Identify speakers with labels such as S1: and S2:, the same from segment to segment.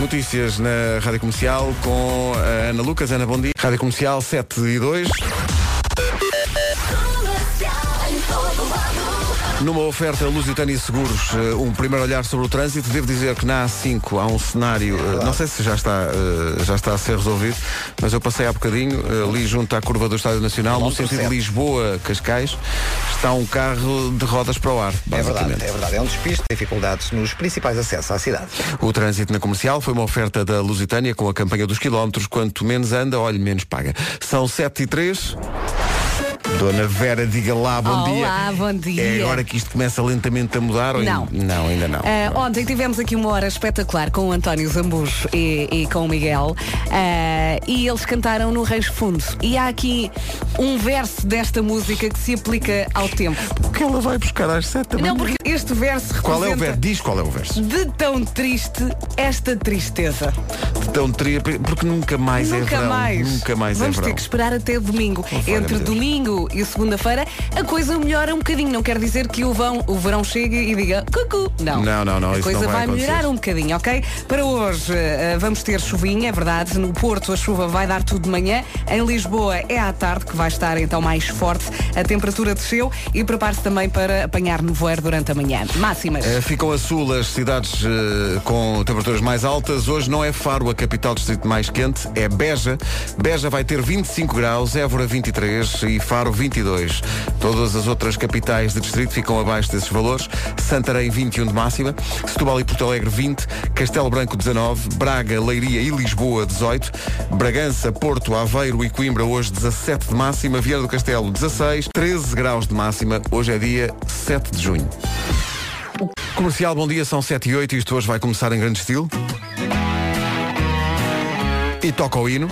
S1: Notícias na Rádio Comercial com a Ana Lucas. Ana, bom dia. Rádio Comercial 7 e 2. Numa oferta Lusitânia e Seguros, eh, um primeiro olhar sobre o trânsito, devo dizer que na A5 há um cenário, eh, não sei se já está, eh, já está a ser resolvido, mas eu passei há bocadinho eh, ali junto à curva do Estádio Nacional, no sentido de Lisboa-Cascais, está um carro de rodas para o ar,
S2: É verdade,
S1: basicamente.
S2: é verdade. É um despiste, dificuldades nos principais acessos à cidade.
S1: O trânsito na comercial foi uma oferta da Lusitânia com a campanha dos quilómetros. Quanto menos anda, olhe, menos paga. São 7 e 3. Dona Vera, diga lá, bom dia.
S3: Olá, bom dia.
S1: É agora que isto começa lentamente a mudar? Ou
S3: Não.
S1: Ainda, não, ainda não.
S3: Ah, ontem tivemos aqui uma hora espetacular com o António Zambujo e, e com o Miguel ah, e eles cantaram no Reis Fundo. E há aqui um verso desta música que se aplica ao tempo.
S1: O que ela vai buscar às 7 da
S3: Não,
S1: manhã?
S3: porque este verso representa
S1: Qual é o verso? Diz qual é o verso.
S3: de tão triste esta tristeza.
S1: Tão tri... Então Porque nunca mais é
S3: Nunca
S1: verão.
S3: mais.
S1: Nunca mais
S3: Vamos
S1: é
S3: ter
S1: verão.
S3: que esperar até domingo.
S1: valha-me
S3: Entre
S1: Deus.
S3: domingo e segunda-feira a coisa melhora um bocadinho. Não quer dizer que o, vão, o verão chegue e diga cucu. Não.
S1: Não, não, não,
S3: A
S1: isso
S3: coisa
S1: não vai acontecer.
S3: melhorar um bocadinho, ok? Para hoje eh, vamos ter chuvinha, é verdade. No Porto a chuva vai dar tudo de manhã. Em Lisboa é à tarde que vai estar então mais forte. A temperatura desceu e prepare-se também para apanhar nevoeiro durante a manhã. Máximas.
S1: Eh, Ficam a sul as cidades eh, com temperaturas mais altas. Hoje não é Faro a capital distrito mais quente, é Beja. Beja vai ter 25 graus, Évora 23 e Faro 22. Todas as outras capitais de distrito ficam abaixo desses valores. Santarém 21 de máxima, Setúbal e Porto Alegre 20, Castelo Branco 19, Braga, Leiria e Lisboa 18, Bragança, Porto, Aveiro e Coimbra hoje 17 de máxima, Vieira do Castelo 16, 13 graus de máxima. Hoje é dia 7 de junho. Comercial, bom dia, são 7 e 8 e isto hoje vai começar em grande estilo. E toca o hino.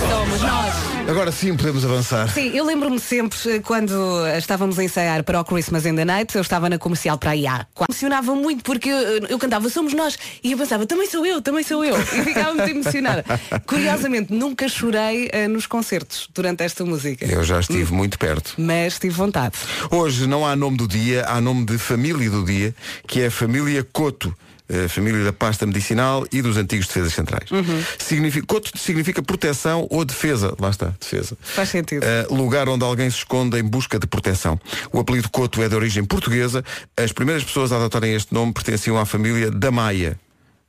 S3: Somos nós.
S1: Agora sim podemos avançar.
S3: Sim, eu lembro-me sempre eh, quando estávamos a ensaiar para o Christmas in the Night, eu estava na comercial para a IA. Emocionava muito porque eu, eu cantava Somos Nós e eu pensava também sou eu, também sou eu. E ficava muito emocionada. Curiosamente, nunca chorei eh, nos concertos durante esta música.
S1: Eu já estive muito perto.
S3: Mas tive vontade.
S1: Hoje não há nome do dia, há nome de família do dia, que é a família Coto. A família da pasta medicinal e dos antigos defesas centrais.
S3: Uhum.
S1: Significa, coto significa proteção ou defesa. Lá está, defesa.
S3: Faz sentido.
S1: Uh, lugar onde alguém se esconde em busca de proteção. O apelido Coto é de origem portuguesa. As primeiras pessoas a adotarem este nome pertenciam à família da Maia.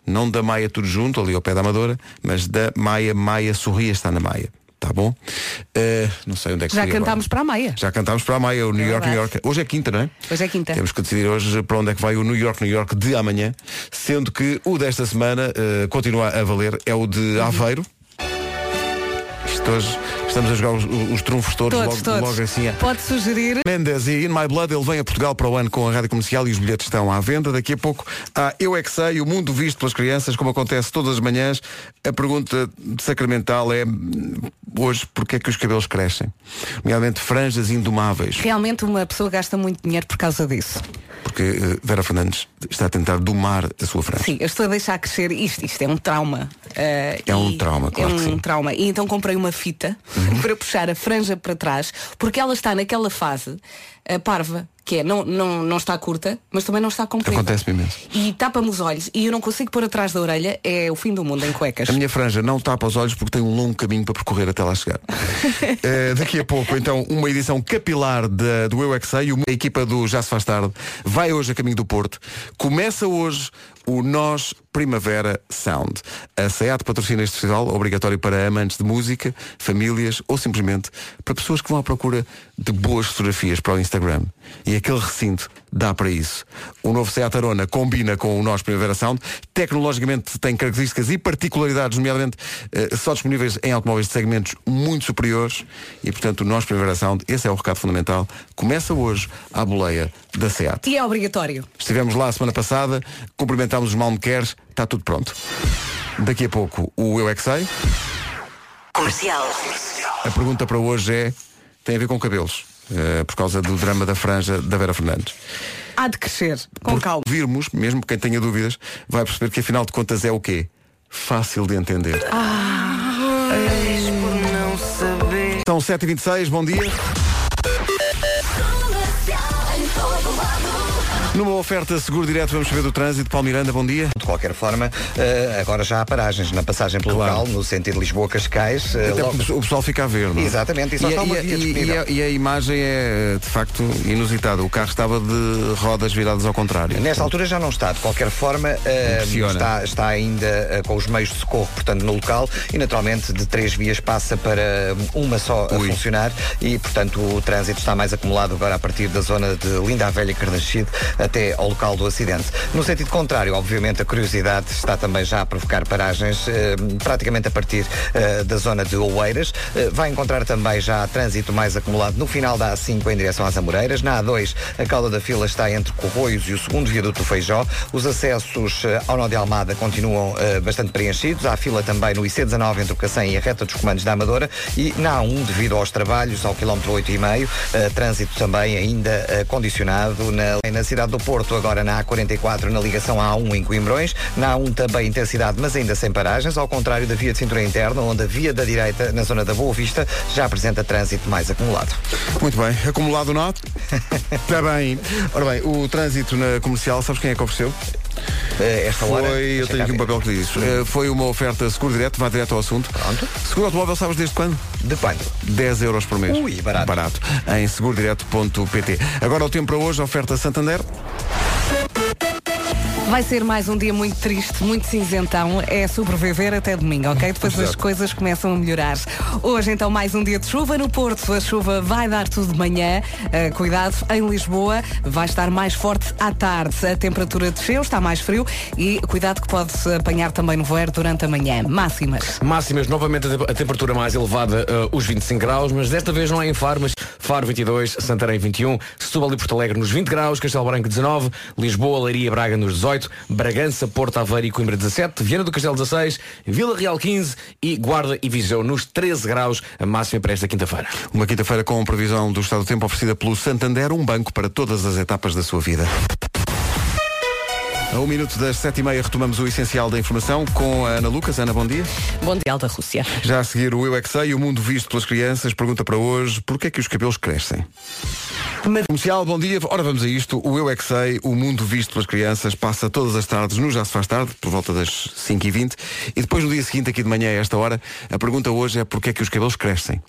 S1: Não da Maia tudo junto, ali ao pé da Amadora, mas da Maia, Maia Sorria está na Maia. Tá bom? Uh, não sei onde é que
S3: Já
S1: fui agora.
S3: cantámos para a meia.
S1: Já cantámos para a Maia, o New York,
S3: verdade.
S1: New York. Hoje é quinta, não é?
S3: Hoje é quinta.
S1: Temos que decidir hoje para onde é que vai o New York, New York de amanhã, sendo que o desta semana eh, continua a valer, é o de Aveiro. Isto hoje estamos a jogar os, os trunfos todos,
S3: Todos,
S1: logo,
S3: todos.
S1: logo assim. É.
S3: Pode sugerir.
S1: Mendes e In My Blood, ele vem a Portugal para o ano com a rádio comercial e os bilhetes estão à venda. Daqui a pouco há Eu É Que Sei, o mundo visto pelas crianças, como acontece todas as manhãs. A pergunta sacramental é hum, hoje, porque é que os cabelos crescem? Realmente franjas indomáveis.
S3: Realmente uma pessoa gasta muito dinheiro por causa disso.
S1: Porque eh, Vera Fernandes está a tentar domar a sua franja.
S3: Sim, eu estou a deixar crescer isto, isto é um trauma. Eh,
S1: É um
S3: e-
S1: trauma, claro
S3: É
S1: que
S3: um
S1: sim. Uhum.
S3: trauma. E então comprei uma fita para puxar a franja para trás, porque ela está naquela fase eh, parva, que é não, não, não está curta, mas também não está comprida.
S1: Acontece-me imenso.
S3: E tapa-me os olhos e eu não consigo pôr atrás da orelha, é o fim do mundo em cuecas.
S1: A minha franja não tapa os olhos porque tem um longo caminho para percorrer até lá chegar. Eh, daqui a pouco, então, uma edição capilar da- do Eu é Que Sei. Uma equipa do Já Se Faz Tarde vai hoje a caminho do Porto. Começa hoje o Nós Primavera Sound. A SEAT patrocina este festival, obrigatório para amantes de música, famílias ou simplesmente para pessoas que vão à procura de boas fotografias para o Instagram. E aquele recinto dá para isso. O novo Seat Arona combina com o nosso Primavera Sound, tecnologicamente tem características e particularidades, nomeadamente eh, só disponíveis em automóveis de segmentos muito superiores e, portanto, o nosso Primavera Sound, esse é o recado fundamental, começa hoje à boleia da Seat.
S3: E é obrigatório.
S1: Estivemos lá a semana passada, cumprimentámos os malmequeres, está tudo pronto. Daqui a pouco o Eu é Que Sei.
S4: Comercial.
S1: A pergunta para hoje é, tem a ver com cabelos, eh, por causa do drama da franja da Vera Fernandes.
S3: Há de crescer, com
S1: Por
S3: calma.
S1: virmos, mesmo quem tenha dúvidas, vai perceber que afinal de contas é o quê? Fácil de entender. São 7h26, bom dia. Numa oferta seguro direto, vamos saber do trânsito. Paulo Miranda, bom dia.
S2: De qualquer forma, eh, agora já há paragens na passagem pelo
S1: Claro.
S2: local, no sentido Lisboa-Cascais. eh,
S1: Até
S2: logo-
S1: porque o pessoal fica a ver, não é?
S2: Exatamente, e só
S1: a-
S2: está uma
S1: a-
S2: via
S1: e, é
S2: disponível.
S1: a, e a imagem é, de facto, inusitada. O carro estava de rodas viradas ao contrário.
S2: Nesta altura já não está, de qualquer forma, eh,
S1: Impressiona.
S2: está, está ainda eh, com os meios de socorro, portanto, no local e naturalmente de três vias passa para hum, uma só a
S1: Ui.
S2: funcionar e, portanto, o trânsito está mais acumulado agora a partir da zona de Linda a Velha e Carnachide até ao local do acidente. No sentido contrário, obviamente, a curiosidade está também já a provocar paragens eh, praticamente a partir eh, da zona de Oeiras. Eh, vai encontrar também já trânsito mais acumulado no final da A5 em direção às Amoreiras. Na A2, a cauda da fila está entre Corroios e o segundo viaduto do Feijó. Os acessos eh, ao Nó de Almada continuam eh, bastante preenchidos. Há fila também no IC19 entre o Cacém e a reta dos comandos da Amadora. E na A1, devido aos trabalhos, ao quilómetro 8,5, eh, trânsito também ainda eh, condicionado na, na cidade do Porto, agora na A44, na ligação A1 em Coimbrões. Na A1 também intensidade, mas ainda sem paragens, ao contrário da via de cintura interna, onde a via da direita, na zona da Boa Vista, já apresenta trânsito mais acumulado.
S1: Muito bem. Acumulado o note? Está bem. Ora bem, o trânsito na comercial, sabes quem é que ofereceu?
S2: Eh, esta hora,
S1: Foi, eu
S2: deixa
S1: tenho
S2: cá
S1: aqui um
S2: ver. Hum.
S1: papel que diz isso. Eh, foi uma oferta seguro direto, vai direto ao assunto.
S2: Pronto.
S1: Seguro automóvel, sabes desde quando?
S2: De quando?
S1: 10 euros por mês.
S2: Ui, barato.
S1: Barato. Em segurodireto.pt. Agora o tempo para hoje, oferta Santander.
S3: Vai ser mais um dia muito triste, muito cinzentão. É sobreviver até domingo, ok? Depois as coisas começam a melhorar. Hoje, então, mais um dia de chuva no Porto. A chuva vai dar tudo de manhã. Eh, cuidado, em Lisboa vai estar mais forte à tarde. A temperatura desceu, está mais frio e cuidado que pode apanhar também no voeiro durante a manhã. Máximas.
S5: Máximas, novamente a te- a temperatura mais elevada, eh, os 25 graus, mas desta vez não é em Faro, mas Faro 22, Santarém 21, Setúbal e Porto Alegre nos 20 graus, Castelo Branco 19, Lisboa, Leiria e Braga nos 18, Bragança, Porto Aveiro e Coimbra 17, Viana do Castelo 16, Vila Real 15 e Guarda e Viseu nos 13 graus, a máxima para esta quinta-feira.
S1: Uma quinta-feira com previsão do estado do tempo oferecida pelo Santander, um banco para todas as etapas da sua vida. A um minuto das sete e meia retomamos o essencial da informação com a Ana Lucas. Ana, bom dia.
S3: Bom dia, Alta Rússia.
S1: Já a seguir o Eu é Que Sei, o mundo visto pelas crianças, pergunta para hoje, porquê é que os cabelos crescem? Comercial, bom dia. Ora, vamos a isto. O Eu é Que Sei, o mundo visto pelas crianças, passa todas as tardes no Já Se Faz Tarde, por volta das 5h20. E depois, no dia seguinte, aqui de manhã, a esta hora, a pergunta hoje é porquê é que os cabelos crescem?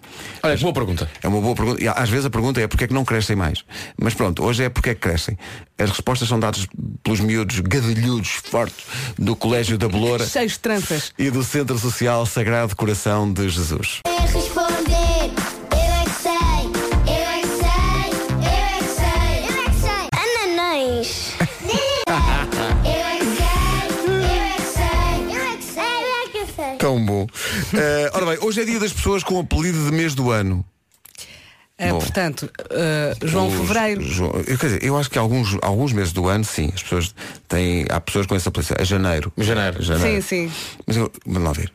S5: Olha, boa pergunta.
S1: É uma boa pergunta. E às vezes a pergunta é porque é que não crescem mais. Mas pronto, hoje é porque é que crescem. As respostas são dadas pelos miúdos gadalhudos fortes do Colégio da Beloura
S3: Cheios de tranças.
S1: e do Centro Social Sagrado Coração de Jesus.
S6: É responder. Eu é que sei. Eu é que sei. Eu é que sei. Eu é que sei. Ananães. eu é que sei. Eu é que sei. Eu é que sei. Eu é que sei.
S1: Tão bom. Eh, ora bem, hoje é dia das pessoas com apelido de mês do ano.
S3: Eh,
S1: Bom.
S3: portanto, eh, João
S1: Os-
S3: Fevereiro.
S1: João- eu, quer dizer, eu acho que alguns, alguns meses do ano, sim, as pessoas têm. Há pessoas com essa apelido. É janeiro.
S5: Janeiro.
S1: janeiro.
S3: Sim, sim.
S1: Mas eu, vamos lá ver.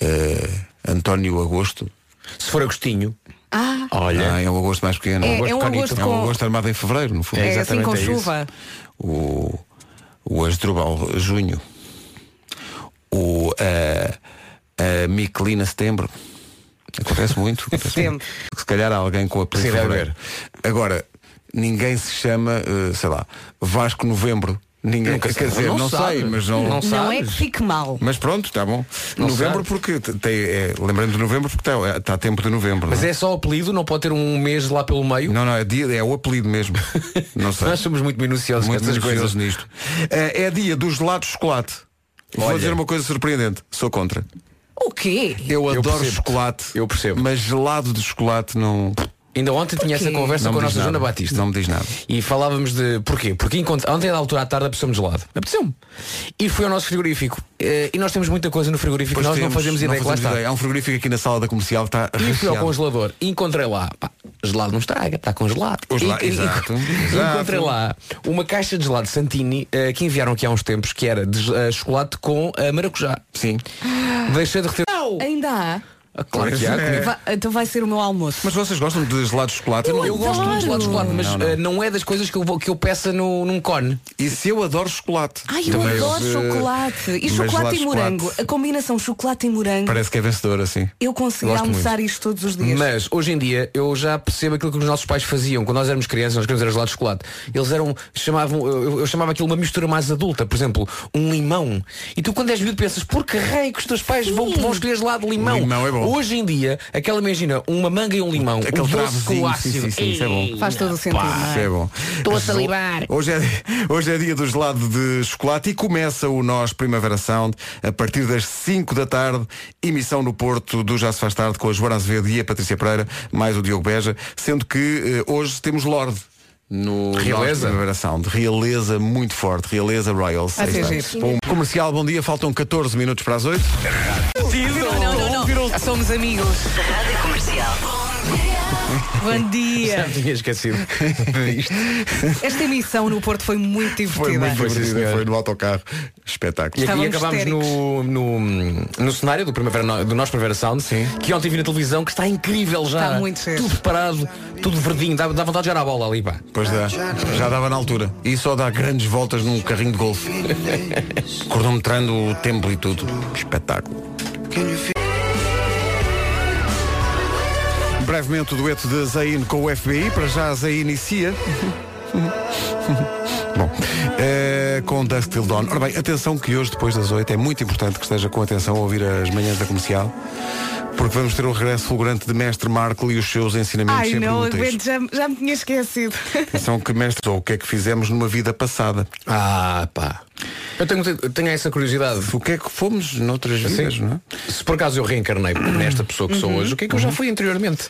S1: Eh, António Agosto.
S5: Se for Agostinho,
S3: Ah,
S1: Ah,
S5: olha,
S1: é um agosto mais pequeno.
S3: É-
S1: um
S3: é um
S1: canito.
S3: agosto
S1: É um
S3: com-
S1: agosto armado em fevereiro, no fundo.
S3: é assim
S5: exatamente,
S3: com
S5: é isso.
S3: chuva.
S1: O, o Asdrubal, junho. O eh, a Miquelina, setembro. Acontece muito. acontece
S3: Setembro.
S1: muito. Se calhar há alguém com a
S5: Sim, deve
S1: fevereiro. Agora, ninguém se chama, eh, sei lá, Vasco Novembro. Ninguém,
S5: Nunca
S1: Eh, quer
S5: sabe.
S1: dizer,
S5: Não
S1: não,
S5: sabe.
S1: sei, mas não,
S5: Não
S3: Não é
S5: Sabes?
S3: que fique mal.
S1: Mas pronto, está bom.
S5: Não
S1: novembro
S5: sabe.
S1: porque te- tem, é, lembrando de novembro porque está tá a tempo de novembro.
S5: mas
S1: não
S5: é só apelido, não pode ter um mês lá pelo meio.
S1: Não, não, é, dia, é o apelido mesmo. Não sei.
S5: Nós somos muito minuciosos
S1: Muito
S5: com estas
S1: minucioso
S5: coisas.
S1: nisto. Eh, é dia dos gelados de chocolate. Vou
S5: Olha.
S1: dizer uma coisa surpreendente. Sou contra.
S3: O quê?
S1: Eu, adoro
S5: percebo-te.
S1: chocolate.
S5: Eu percebo.
S1: Mas gelado de chocolate não.
S5: Ainda ontem tinha essa
S3: Porquê?
S5: conversa
S1: não
S5: com
S1: me
S5: a
S1: diz
S5: nossa
S1: nada.
S5: Joana Batista.
S1: Não me diz nada.
S5: E falávamos de porquê? Porque encontrei, ontem
S1: um
S5: da altura à tarde apeteceu-me gelado. Apeteceu-me. E fui ao nosso frigorífico. Eh, E nós temos muita coisa no frigorífico,
S1: Pois
S5: nós
S1: temos,
S5: não fazemos ideia
S1: não
S5: que lá
S1: fazemos
S5: está.
S1: ideia. Há um frigorífico aqui na sala da comercial que está
S5: E fui ao
S1: recheado.
S5: congelador e encontrei lá, pá, gelado não estraga, está congelado.
S1: O gela-
S5: e, e-
S1: exato,
S5: e
S1: exato.
S5: encontrei lá uma caixa de gelado Santini eh, que enviaram aqui há uns tempos, que era de eh, chocolate com eh, maracujá.
S1: Sim.
S5: Deixei de reter.
S3: Ainda há.
S5: Ah, Claro que há.
S1: Pois é.
S5: comigo.
S3: Va- então vai ser o meu almoço.
S1: Mas vocês gostam de gelado de chocolate?
S3: Eu
S1: não-
S5: Eu gosto
S3: Adoro.
S5: de gelado de chocolate, mas
S1: Não,
S5: eh,
S1: não.
S5: não, é das coisas que eu, vou- que eu peço no, num cone.
S1: E se eu adoro chocolate?
S3: Ai, eu
S1: Também
S3: adoro
S1: eu, eh,
S3: chocolate. E
S1: mas gelado
S3: chocolate
S1: de
S3: e morango. A combinação chocolate e morango.
S1: Parece que é vencedor, assim.
S3: Eu consegui
S5: Gosto
S3: almoçar isto todos os dias.
S5: Mas hoje em dia eu já percebo aquilo que os nossos pais faziam quando nós éramos crianças, nós queríamos era gelado de chocolate. Eles eram, chamavam, eu, eu chamava aquilo uma mistura mais adulta, por exemplo, um limão. E tu quando és miúdo pensas, por que rei que os teus pais vão, vão escolher gelado de Hum. limão?
S1: Limão é bom.
S5: Hoje em dia, aquela imagina, uma manga e um limão,
S1: Aquele
S5: o doce com
S1: travozinho,
S5: o
S1: sim,
S5: ácido.
S1: sim, sim, isso é bom.
S5: Ei,
S3: Faz todo o sentido. não é?
S1: Isso é bom.
S5: Estou a salivar.
S1: Hoje é, hoje é dia do gelado de chocolate e começa o Nós Primavera Sound a partir das 5 da tarde. Emissão no Porto do Já Se Faz Tarde com a Joana Azevedo e a Patrícia Pereira, mais o Diogo Beja, sendo que eh, hoje temos Lorde. No Nós
S5: Realeza.
S1: Primavera Sound. Realeza muito forte. Realeza Royals.
S3: Vai
S1: Aí
S3: ser
S1: está.
S3: giro.
S1: Bom, comercial, bom dia. Faltam 14 minutos para as 8.
S3: Não, não, não, não. Somos amigos.
S4: Rádio Comercial.
S3: Bom dia.
S5: Já me tinha esquecido.
S3: Esta emissão no Porto foi muito divertida.
S1: Foi muito
S5: Foi, sim,
S1: divertida.
S5: senhora.
S1: Foi no autocarro. Espetáculo.
S5: E aqui
S3: Estávamos
S5: acabámos
S3: histéricos.
S5: no, no, no cenário do, Primavera, No- do Nós Primavera Sound, que ontem vi na televisão, que está incrível já.
S3: Está muito cheio.
S5: Tudo preparado, tudo verdinho, dá, dá vontade de jogar a bola ali, pá.
S1: Pois dá. Já dava na altura. E só dá grandes voltas num carrinho de golfe. Cronometrando o tempo e tudo. Espetáculo. Brevemente o dueto de Zayn com o FBI. Para já Zayn inicia. Bom, eh, com Dusk Till Dawn. Ora bem, atenção que hoje, depois das 8, é muito importante que esteja com atenção a ouvir as manhãs da comercial, porque vamos ter um regresso fulgurante de Mestre Marco e os seus ensinamentos
S3: Ai,
S1: sempre
S3: não
S1: úteis.
S3: aguento, já, já me tinha esquecido.
S1: Atenção que mestres, ou o que é que fizemos numa vida passada.
S5: Ah, pá. Eu tenho, eu tenho essa curiosidade. Assim?
S1: O que é que fomos noutras
S5: Sim.
S1: vidas, não é?
S5: Se por acaso eu reencarnei nesta pessoa que
S1: Uhum.
S5: sou hoje, o que é que eu já fui anteriormente?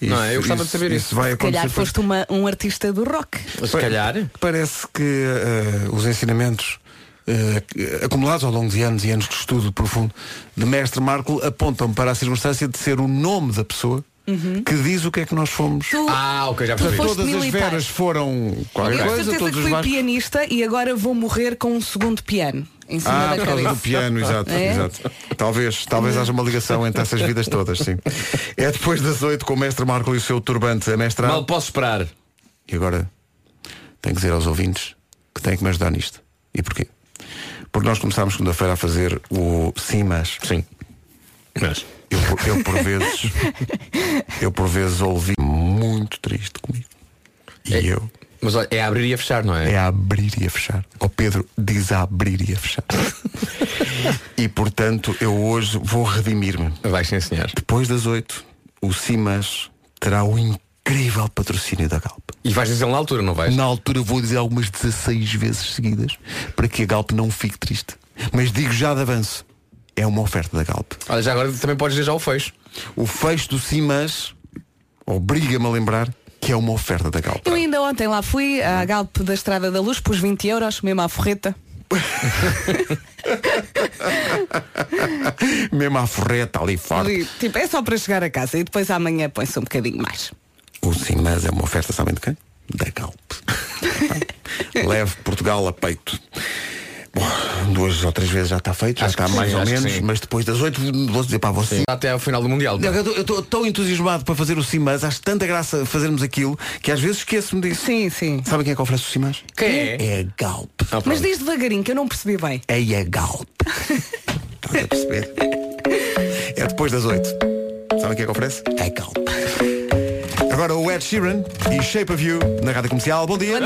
S5: não é? Eu gostava de saber isso.
S1: vai
S3: Se calhar
S1: acontecer.
S3: foste uma- um artista do rock.
S5: Se calhar.
S1: Parece que eh, os ensinamentos eh, acumulados ao longo de anos e anos de estudo profundo de Mestre Marco apontam para a circunstância de ser o nome da pessoa que diz o que é que nós fomos.
S3: Tu,
S5: Ah, ok, já
S3: tu
S5: percebi.
S3: foste
S1: Todas as
S3: militar.
S1: veras foram qualquer
S3: Eu de
S1: coisa,
S3: certeza
S1: todos
S3: que
S1: os
S3: fui
S1: barcos.
S3: pianista e agora vou morrer com um segundo piano em cima
S1: Ah,
S3: da
S1: por causa
S3: cabeça.
S1: do piano, exato,
S3: É?
S1: exato. Talvez, talvez haja uma ligação entre essas vidas todas, sim. É depois das oito com o mestre Marco e o seu turbante a mestra.
S5: Mal posso esperar.
S1: E agora tenho que dizer aos ouvintes que têm que me ajudar nisto. E porquê? Porque nós começámos segunda-feira a fazer o sim, mas
S5: Sim. Mas.
S1: eu, por- eu por vezes eu por vezes ouvi muito triste comigo. E eu
S5: Mas olha, é abrir e a fechar, não é?
S1: é a abrir e a fechar. O Pedro diz a abrir e a fechar. e portanto eu hoje vou redimir-me.
S5: Vai sim, senhor.
S1: Depois das oito, o Simas terá o incrível patrocínio da Galp.
S5: E vais dizer na altura, não vais?
S1: Na altura vou dizer algumas 16 vezes seguidas para que a Galp não fique triste. Mas digo já de avanço, é uma oferta da Galp.
S5: Olha, já agora também podes dizer já o fecho.
S1: O fecho do Simas obriga-me a lembrar que é uma oferta da Galp.
S3: Eu ainda ontem lá fui
S1: Uhum.
S3: à Galp da Estrada da Luz, pus 20 euros, mesmo à forreta.
S1: Mesmo à forreta ali
S3: E,
S1: forte.
S3: Tipo, é só para chegar a casa e depois amanhã põe-se um bocadinho mais.
S1: O Simas é uma oferta, sabem de quem? Da Galp. Leve Portugal a peito. Bom, duas ou três vezes já está feito, já
S5: Acho que
S1: está
S5: sim,
S1: mais ou
S5: acho que
S1: menos,
S5: sim.
S1: mas depois das oito vou dizer para você.
S5: Até ao final do Mundial. pá.
S1: Eu estou tão entusiasmado para fazer o Simas, acho tanta graça fazermos aquilo que às vezes esqueço-me disso.
S3: Sim, sim.
S1: Sabem quem é que oferece o Simas?
S5: Quem é?
S1: É a Galp.
S5: Ah, pronto.
S3: Mas diz devagarinho, que eu não percebi bem.
S1: É a Galp. Estás a perceber? É depois das oito. Sabem quem é que oferece? É a Galp. Agora o Ed Sheeran e Shape of You na Rádio Comercial. Bom dia.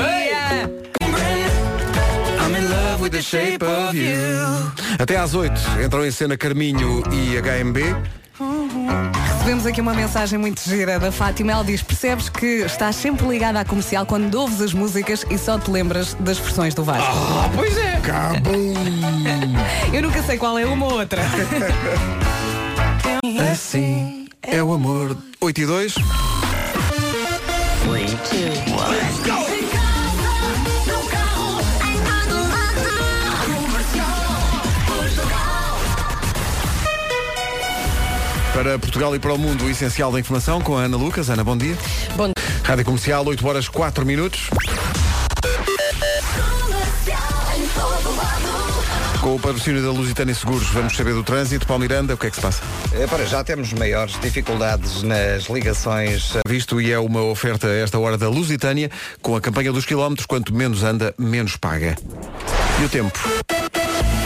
S1: Até às oito entram em cena Carminho e HMB.
S3: Recebemos aqui uma mensagem muito gira da Fátima. Ela diz: Percebes que estás sempre ligada à comercial quando ouves as músicas e só te lembras das versões do Vasco.
S5: Ah, pois é.
S3: Eu nunca sei qual é uma ou outra.
S1: Assim é o amor. 8 e 2. Para Portugal e para o mundo, o essencial da informação com a Ana Lucas. Ana, bom dia.
S7: Bom-
S1: Rádio Comercial, 8 horas 4 minutos. Com o patrocínio da Lusitânia Seguros, vamos saber do trânsito. Paulo Miranda, o que é que se passa?
S2: Eh, Para já temos maiores dificuldades nas ligações eh,
S1: Visto e é uma oferta a esta hora da Lusitânia, com a campanha dos quilómetros, quanto menos anda, menos paga. E o tempo?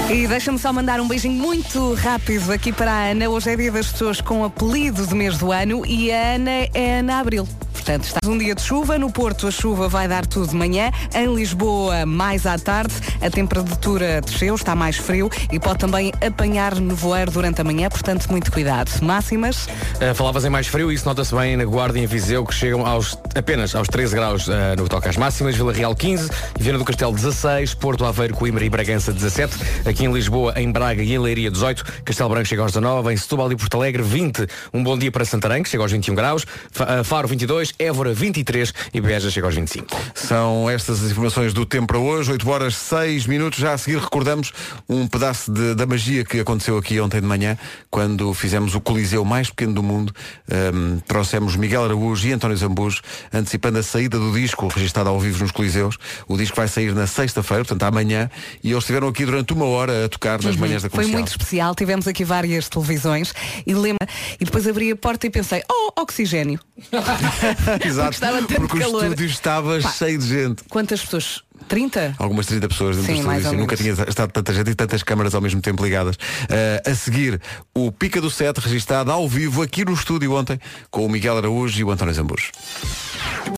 S3: E deixa-me só mandar um beijinho muito rápido aqui para a Ana. Hoje é dia das pessoas com apelido de mês do ano e a Ana é Ana Abril. Portanto, está um dia de chuva. No Porto, a chuva vai dar tudo de manhã. Em Lisboa, mais à tarde, a temperatura desceu, está mais frio e pode também apanhar nevoeiro durante a manhã. Portanto, muito cuidado. Máximas.
S5: Uh, falavas em mais frio, isso nota-se bem na Guarda e em Viseu, que chegam aos, apenas aos 13 graus uh, no que toca às máximas, Vila Real 15, Viana do Castelo 16, Porto Aveiro, Coimbra e Bragança 17, aqui em Lisboa, em Braga e em Leiria 18, Castelo Branco chega aos 19, em Setúbal e Porto Alegre 20, um bom dia para Santarém, que chega aos 21 graus, Fa- uh, Faro 22, Évora 23 e Beja chega aos 25.
S1: São estas as informações do tempo para hoje, 8 horas 6 minutos. Já a seguir recordamos um pedaço de- da magia que aconteceu aqui ontem de manhã, quando fizemos o Coliseu mais pequeno do mundo. Ahm, trouxemos Miguel Araújo e António Zambujo, antecipando a saída do disco, registado ao vivo nos Coliseus. O disco vai sair na sexta-feira, portanto amanhã, e eles estiveram aqui durante uma hora a tocar nas manhãs da
S3: Uhum. Foi
S1: comercial.
S3: muito especial. Tivemos aqui várias televisões e lembra. E depois abri a porta e pensei, oh, oxigênio.
S1: Exato,
S3: Estava tanto
S1: porque o
S3: calor.
S1: estúdio estava
S3: Pá.
S1: cheio de gente.
S3: Quantas pessoas? 30?
S1: Algumas 30 pessoas dentro
S3: Sim,
S1: do
S3: mais
S1: estúdio.
S3: ou
S1: Sim, Nunca tinha
S3: menos.
S1: estado tanta gente e tantas câmaras ao mesmo tempo ligadas. Eh, a seguir, o Pica do Sete, registado ao vivo aqui no estúdio ontem, com o Miguel Araújo e o António Zambujo.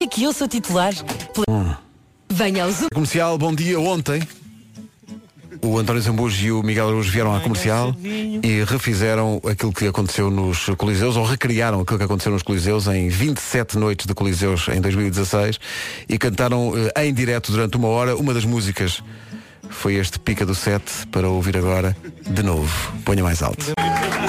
S7: E que eu sou titular. Venha ao Zoom.
S1: Comercial, bom dia. Ontem, o António Zambujo e o Miguel Araújo vieram à comercial e refizeram aquilo que aconteceu nos Coliseus, ou recriaram aquilo que aconteceu nos Coliseus em 27 noites de Coliseus em 2016 e cantaram eh, em direto durante uma hora uma das músicas. Foi este Pica do Sete para ouvir agora de novo. Ponha mais alto.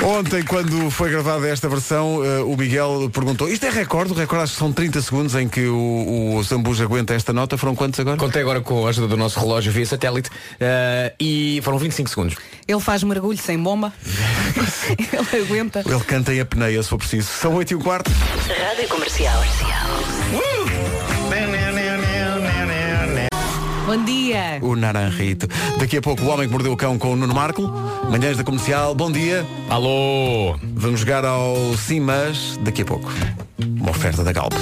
S1: Ontem, quando foi gravada esta versão, eh, o Miguel perguntou: Isto é recorde? O recorde acho que são 30 segundos em que o, o Zambujo aguenta esta nota. Foram quantos agora?
S5: Contei agora com a ajuda do nosso relógio via satélite uh, e foram 25 segundos.
S3: Ele faz mergulho sem bomba. Ele aguenta.
S1: Ele canta em apneia, se for preciso. São 8 e um quarto.
S4: Rádio Comercial.
S3: Bom dia.
S1: O Naranjito. Daqui a pouco, o Homem que Mordeu o Cão com o Nuno Marco. Manhãs da Comercial, bom dia.
S5: Alô!
S1: Vamos jogar ao Sim, mas daqui a pouco. Uma oferta da Galp.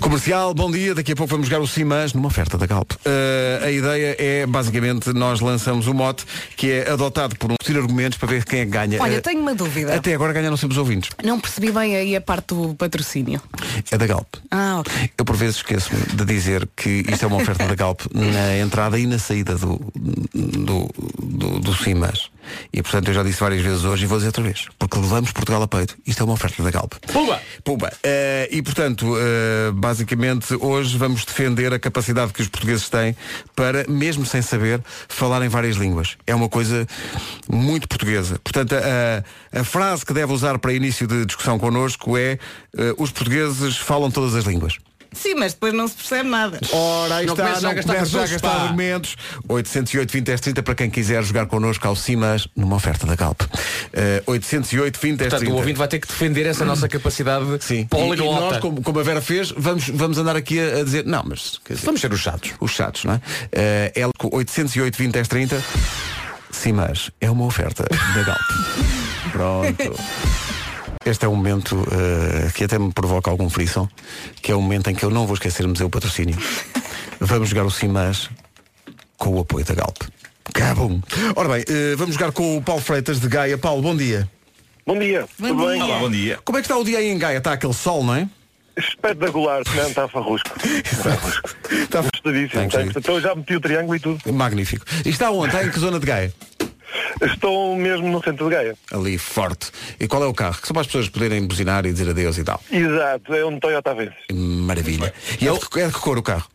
S1: Comercial, bom dia. Daqui a pouco vamos jogar o Sim, mas numa oferta da Galp. Eh, a ideia é, basicamente, nós lançamos o mote que é adotado por um tiro argumentos para ver quem é que ganha.
S3: Olha,
S1: Eh,
S3: tenho uma dúvida.
S1: Até agora ganharam sempre os ouvintes.
S3: Não percebi bem aí a parte do patrocínio.
S1: É da Galp.
S3: Ah, ok.
S1: Eu por vezes esqueço-me de dizer que isto é uma oferta da Galp na entrada e na saída do, do, do, do Simas. E portanto eu já disse várias vezes hoje e vou dizer outra vez. Porque levamos Portugal a peito. Isto é uma oferta da Galp.
S5: Pumba!
S1: Pumba. Eh, e portanto, eh, basicamente hoje vamos defender a capacidade que os portugueses têm para, mesmo sem saber, falar em várias línguas. É uma coisa muito portuguesa. Portanto, a, a- a frase que deve usar para início de discussão connosco é eh, os portugueses falam todas as línguas.
S3: Sim, mas depois não se percebe nada.
S1: Ora, aí
S5: Não
S1: está,
S5: começo já
S1: não
S5: a gastar
S1: começo já a
S5: recursos,
S1: gastar
S5: pá.
S1: argumentos. 808 20 10 30 para quem quiser jogar connosco ao Simas numa oferta da Galp. Eh, 808 20 10
S5: Portanto,
S1: 30.
S5: o ouvinte vai ter que defender essa nossa capacidade
S1: Sim. E, e
S5: poliglota.
S1: nós, como, como a Vera fez, vamos, vamos andar aqui a, a dizer, não, mas quer dizer,
S5: Vamos ser os chatos.
S1: os chatos, não é? Eh, L 808 20 10 30. Simas é uma oferta da Galp. Pronto. Este é um momento eh, que até me provoca algum frição, que é o momento em que eu não vou esquecer o Patrocínio. Vamos jogar o Simas com o apoio da Galp. Cabum! Ora bem, eh, vamos jogar com o Paulo Freitas de Gaia. Paulo, bom dia.
S8: Bom dia,
S3: Bom
S8: tudo bem?
S3: dia. Olá, bom
S8: dia.
S1: Como é que está o dia aí em Gaia? Está aquele sol, não é?
S8: Espetacular, não está farrusco.
S1: Está Tem
S8: Gostadíssimo.
S1: que ser.
S8: Tá Então eu já meti o triângulo e tudo.
S1: Magnífico. E está onde? Está em que zona de Gaia?
S8: Estou mesmo no centro de Gaia.
S1: Ali, forte. E qual é o carro? Que só para as pessoas poderem buzinar e dizer adeus e tal.
S8: Exato, é um Toyota Avensis.
S1: Maravilha. E é de, que- é de que cor o carro?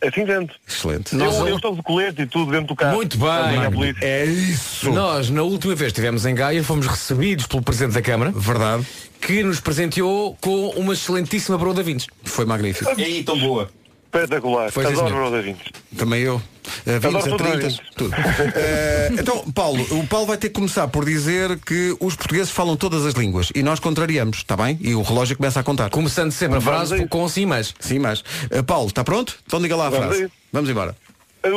S8: É cinzento.
S1: Excelente.
S8: Eu, eu estou de colete e tudo dentro do carro.
S5: Muito bem.
S8: Também à
S5: Magno.
S8: polícia.
S1: É isso.
S5: Nós, na última vez que estivemos em Gaia, fomos recebidos pelo Presidente da Câmara,
S1: Verdade.
S5: que nos presenteou com uma excelentíssima broa da Vintes.
S1: Foi magnífico.
S8: Espetacular.
S5: Foi, sim,
S8: Adoro
S5: senhor.
S8: o Roda 20.
S1: Também eu. A 20, a
S8: Adoro tudo,
S1: 30,
S8: Rui.
S1: Eh, tudo. Eh, então, Paulo, o Paulo vai ter que começar por dizer que os portugueses falam todas as línguas e nós contrariamos, está bem? E o relógio começa a contar.
S5: Começando sempre a
S8: Vamos a
S5: frase
S8: isso.
S5: com um cimas.
S1: Sim, mas. eh, Paulo, está tá pronto? Então diga lá a
S8: Vamos
S1: frase.
S8: aí.
S1: Vamos embora.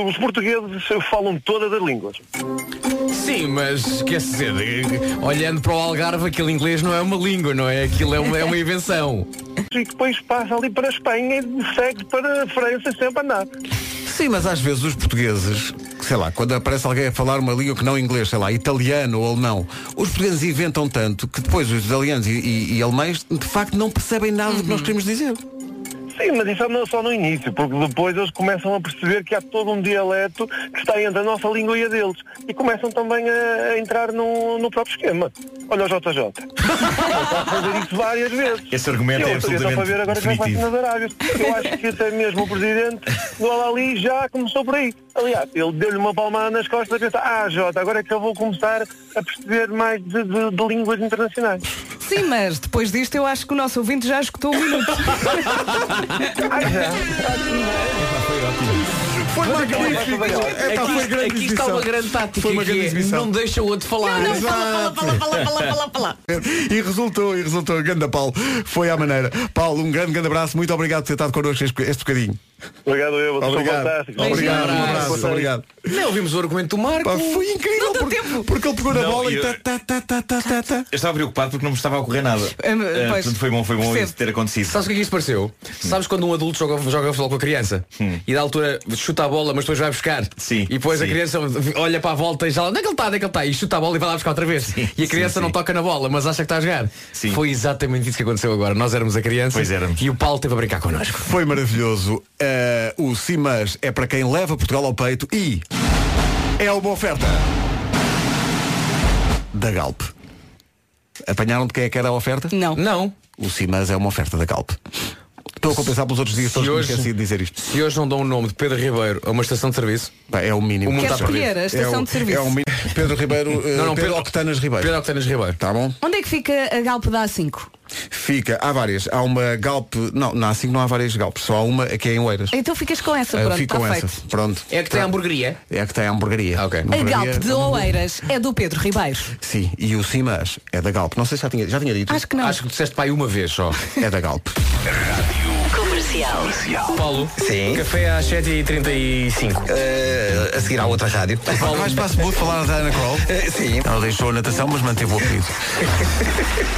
S8: Os portugueses falam todas as línguas.
S5: Sim, mas quer dizer, eh, olhando para o Algarve, aquele inglês não é uma língua, não é? Aquilo é uma, é uma invenção.
S8: E depois passa ali para a Espanha e segue para a França sempre a andar.
S1: Sim, mas às vezes os portugueses, sei lá, quando aparece alguém a falar uma língua que não é inglês, sei lá, italiano ou alemão, os portugueses inventam tanto que depois os italianos e, e- e alemães de facto não percebem nada do que
S8: Uhum.
S1: nós queremos dizer.
S8: Sim, mas isso é no- só no início, porque depois eles começam a perceber que há todo um dialeto que está entre a nossa língua e a deles. E começam também a, a entrar no, no próprio esquema. Olha o JJ. Ele está a fazer isso várias vezes.
S9: Esse argumento
S8: Eu
S9: é
S8: estou- eu estou
S9: absolutamente
S8: para ver agora o que vai
S9: definitivo.
S8: acontecer nas Arábias. Eu acho que até mesmo o presidente do Alali já começou por aí. Aliás, ele deu-lhe uma palmada nas costas e pensou, ah, Jota, agora é que eu vou começar a perceber mais de, de- de línguas internacionais.
S3: Sim, mas depois disto eu acho que o nosso ouvinte já escutou um minuto.
S8: Ah, já.
S1: Foi
S5: Então,
S1: magnífico! É, pá, foi grande
S5: aqui está uma
S1: exibição.
S5: grande tática.
S1: Foi uma
S5: que
S1: grande
S5: é,
S1: exibição.
S5: não deixa o outro falar.
S3: Não, fala, fala, fala, fala, fala, fala, fala.
S1: E resultou, e resultou. Ganda Paulo, foi à maneira. Paulo, um grande, grande abraço. Muito obrigado por ter estado connosco este, este bocadinho.
S8: Obrigado, eu. Vocês são
S1: Obrigado.
S8: fantásticos.
S1: Obrigado, um
S5: abraço.
S1: abraço. Obrigado.
S5: Não ouvimos o argumento do Marco.
S1: Pá, foi incrível.
S3: Não deu
S1: porque,
S3: tempo.
S1: porque ele pegou na
S9: Não,
S1: bola e
S9: eu-
S1: tá, tá, tá, tá, tá, tá, tá.
S9: Eu estava preocupado porque não me estava a ocorrer nada.
S3: Hum,
S9: Eh,
S3: pois.
S9: portanto, foi bom, foi bom
S3: Percebo.
S9: isso ter acontecido. Hum.
S5: Sabes o que é que isto pareceu? Sabes quando um adulto joga, joga futebol com a criança e da altura chuta a bola, mas depois vai buscar.
S9: Sim,
S5: E depois a
S9: sim.
S5: criança olha para a volta e já lá, onde é que ele está, onde é que ele está? E chuta a bola e vai lá buscar outra vez. e a criança
S9: sim,
S5: não
S9: sim.
S5: toca na bola, mas acha que está a jogar.
S9: Sim.
S5: Foi exatamente isso que aconteceu agora. Nós éramos a criança
S9: Pois éramos.
S5: e o Paulo esteve a brincar connosco.
S1: Foi maravilhoso. Eh, o Simas é para quem leva Portugal ao peito e é uma oferta da Galp. Apanharam de quem é que era a oferta?
S3: Não.
S5: Não.
S1: O Simas é uma oferta da Galp. Estou a compensar pelos outros dias,
S5: Se
S1: todos que me
S5: hoje-
S1: esqueci de dizer isto.
S5: Se hoje não dão o nome de Pedro Ribeiro a uma estação de serviço,
S1: Pá, é o mínimo.
S5: O mundo
S1: que
S5: está
S1: se
S5: Queres
S1: pede.
S3: escolher a estação
S1: é o-
S3: de serviço?
S1: é o mi- Pedro Ribeiro, eh,
S5: Não, não,
S1: Pedro,
S5: Pedro-
S1: Octanas Ribeiro.
S5: Pedro Octanas Ribeiro.
S1: Tá bom?
S3: Onde é que fica a Galp da A5?
S1: Fica, há várias. Há uma Galp. Não, não, assim não há várias Galp, só há uma aqui em Oeiras.
S3: Então ficas com essa,
S1: Eh,
S3: pronto,
S1: Fica
S3: está
S1: com
S3: feito.
S1: essa. Pronto.
S5: tá É que tem a hamburgueria.
S1: É que tem a hamburgueria.
S5: Ah, ok. A
S3: A Galp
S1: Hamburgueria-
S3: de Oeiras é do Pedro Ribeiro.
S1: Sim, e o Simas é da Galp. Não sei se já tinha, já tinha dito.
S3: Acho que não.
S5: Acho que disseste pai uma vez só.
S1: É da Galp.
S4: Comercial.
S5: Paulo,
S2: Sim.
S5: café às 7h35.
S2: Eh, a seguir à outra rádio.
S1: Vais para a Cebu falar da Ana Kroll?
S2: Eh, Sim.
S1: Ela deixou a natação, mas manteve o apelido.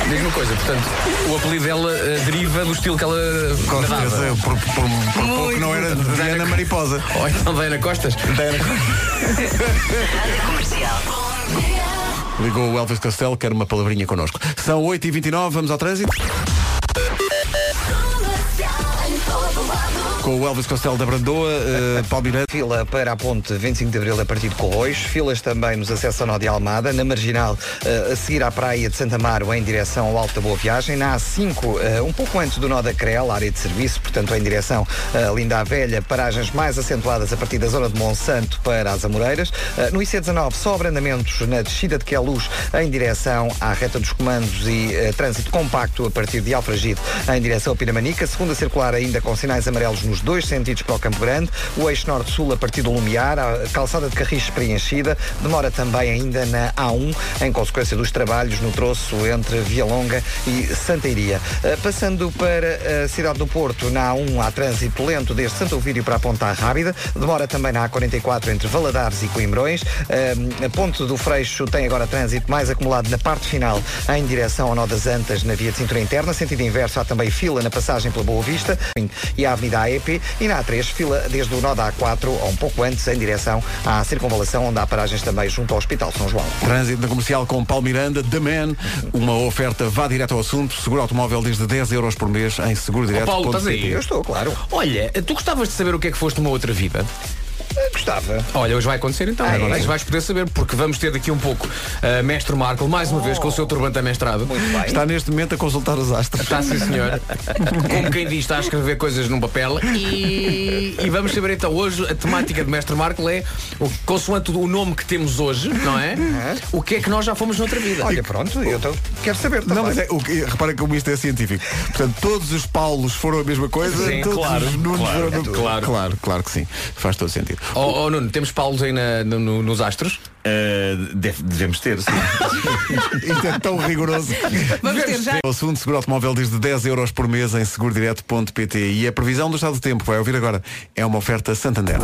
S5: Diz-me uma coisa, portanto, o apelido dela eh, deriva do estilo que ela
S1: Com
S5: nadava.
S1: certeza, por, por, por pouco
S5: Muito
S1: não era
S5: bom.
S1: Diana Mariposa.
S5: Ou então Diana Costas.
S4: Rádio Comercial.
S1: Ligou o Elvis Castelo, quer uma palavrinha connosco. São 8h29, vamos ao trânsito. Com o Elvis Castelo da Brandoa, eh, Paulo Miranda.
S2: Fila para a ponte 25 de Abril a partir de Corroios, filas também nos acessos ao Nó de Almada, na Marginal eh, a seguir à Praia de Santa Amaro em direção ao Alto da Boa Viagem, na A5 eh, um pouco antes do Nó da Crel, área de serviço, portanto em direção eh, a Linda a Velha, paragens mais acentuadas a partir da zona de Monsanto para as Amoreiras, Eh, no IC19 só abrandamentos na descida de Queluz em direção à reta dos comandos e eh, trânsito compacto a partir de Alfragide em direção a Piramanica, segunda circular ainda com sinais amarelos nos dois sentidos para o Campo Grande, o eixo norte-sul a partir do Lumiar, a calçada de Carris preenchida, demora também ainda na A1, em consequência dos trabalhos no troço entre Via Longa e Santa Iria. Eh, Passando para eh, a cidade do Porto, na A1 há trânsito lento desde Santo Ovídio para a Ponta Rábida, demora também na A44 entre Valadares e Coimbrões, Eh, a Ponte do Freixo tem agora trânsito mais acumulado na parte final em direção ao Nó das Antas, na via de cintura interna, sentido inverso há também fila na passagem pela Boa Vista e a Avenida AEP e na A3 fila desde o Nó da A4 ou um pouco antes em direção à circunvalação onde há paragens também junto ao Hospital São João.
S1: Trânsito na comercial com Paulo Miranda, The Man. Uma oferta, vá direto ao assunto. Seguro automóvel desde 10 euros por mês em seguro direto.
S5: Paulo, estás aí?
S2: Eu estou, claro.
S5: Olha, tu gostavas de saber o que é que foste numa outra vida?
S2: Eh, Gostava.
S5: Olha, hoje vai acontecer então.
S2: Ah, é?
S5: Agora, hoje vais poder saber, porque vamos ter daqui um pouco eh, Mestre Marco, mais uma vez com o seu turbante amestrado.
S2: Muito bem.
S1: Está neste momento a consultar os astros.
S5: Está sim senhor. Como quem diz, está a escrever coisas num papel. E, e vamos saber então hoje, a temática de Mestre Marco é, o- consoante o nome que temos hoje, não é? O que é que nós já fomos noutra vida.
S2: Uhum. Olha, pronto, eu tô- quero saber também.
S1: Não, mas é, o que, repara como isto é científico. Portanto, todos os Paulos foram a mesma coisa,
S5: Sim,
S1: todos
S5: claro,
S1: os Nunos
S5: claro,
S1: foram a mesma
S5: claro.
S1: claro, claro que sim. Faz todo sentido.
S5: Oh, oh, Nuno, temos Paulos aí na- no- no- nos astros?
S9: Eh, deve- devemos ter, sim.
S1: Isto é tão rigoroso.
S3: Vamos ter já.
S1: É O assunto seguro automóvel desde 10 euros por mês em É segurodireto.pt e a previsão do estado do tempo, vai ouvir agora, é uma oferta Santander.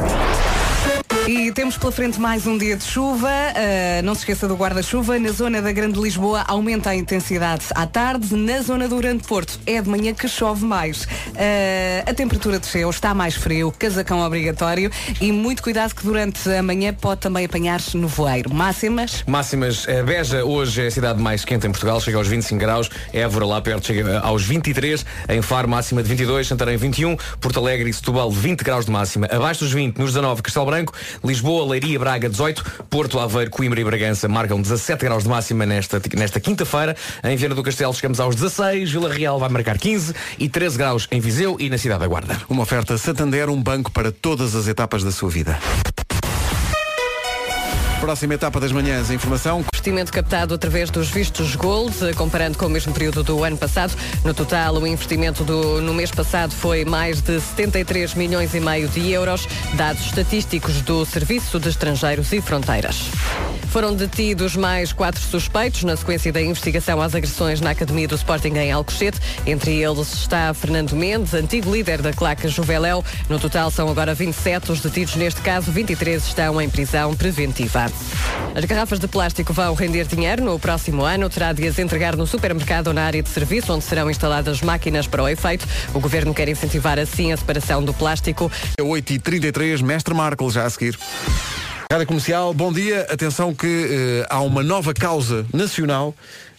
S3: temos pela frente mais um dia de chuva. Ah, não se esqueça do guarda-chuva. Na zona da Grande Lisboa aumenta a intensidade à tarde. Na zona do Grande Porto é de manhã que chove mais. Ah, a temperatura desceu, está mais frio, casacão obrigatório e muito cuidado que durante a manhã pode também apanhar-se no voeiro. Máximas.
S5: Máximas, eh, Beja hoje é a cidade mais quente em Portugal, chega aos 25 graus, Évora lá perto chega eh, aos 23, em Faro máxima de 22, Santarém 21, Porto Alegre e Setúbal 20 graus de máxima, abaixo dos 20 nos 19 Castelo Branco, Lisboa, Leiria, Braga 18, Porto, Aveiro, Coimbra e Bragança marcam 17 graus de máxima nesta, nesta quinta-feira, em Viana do Castelo chegamos aos 16, Vila Real vai marcar 15 e 13 graus em Viseu e na cidade da Guarda.
S1: Uma oferta Santander, um banco para todas as etapas da sua vida. Próxima etapa das manhãs, a informação.
S10: Investimento captado através dos vistos gold, eh, comparando com o mesmo período do ano passado. No total, o investimento do- no mês passado foi mais de 73 milhões e meio de euros, dados estatísticos do Serviço de Estrangeiros e Fronteiras. Foram detidos mais quatro suspeitos na sequência da investigação às agressões na Academia do Sporting em Alcochete. Entre eles está Fernando Mendes, antigo líder da claque Juveléu. No total são agora 27 os detidos neste caso, 23 estão em prisão preventiva. As garrafas de plástico vão render dinheiro no próximo ano. Terá de as entregar no supermercado ou na área de serviço, onde serão instaladas máquinas para o efeito. O governo quer incentivar assim a separação do plástico.
S1: É 8h33, Mestre Marco, já a seguir. Rádio Comercial, bom dia. Atenção que eh, há uma nova causa nacional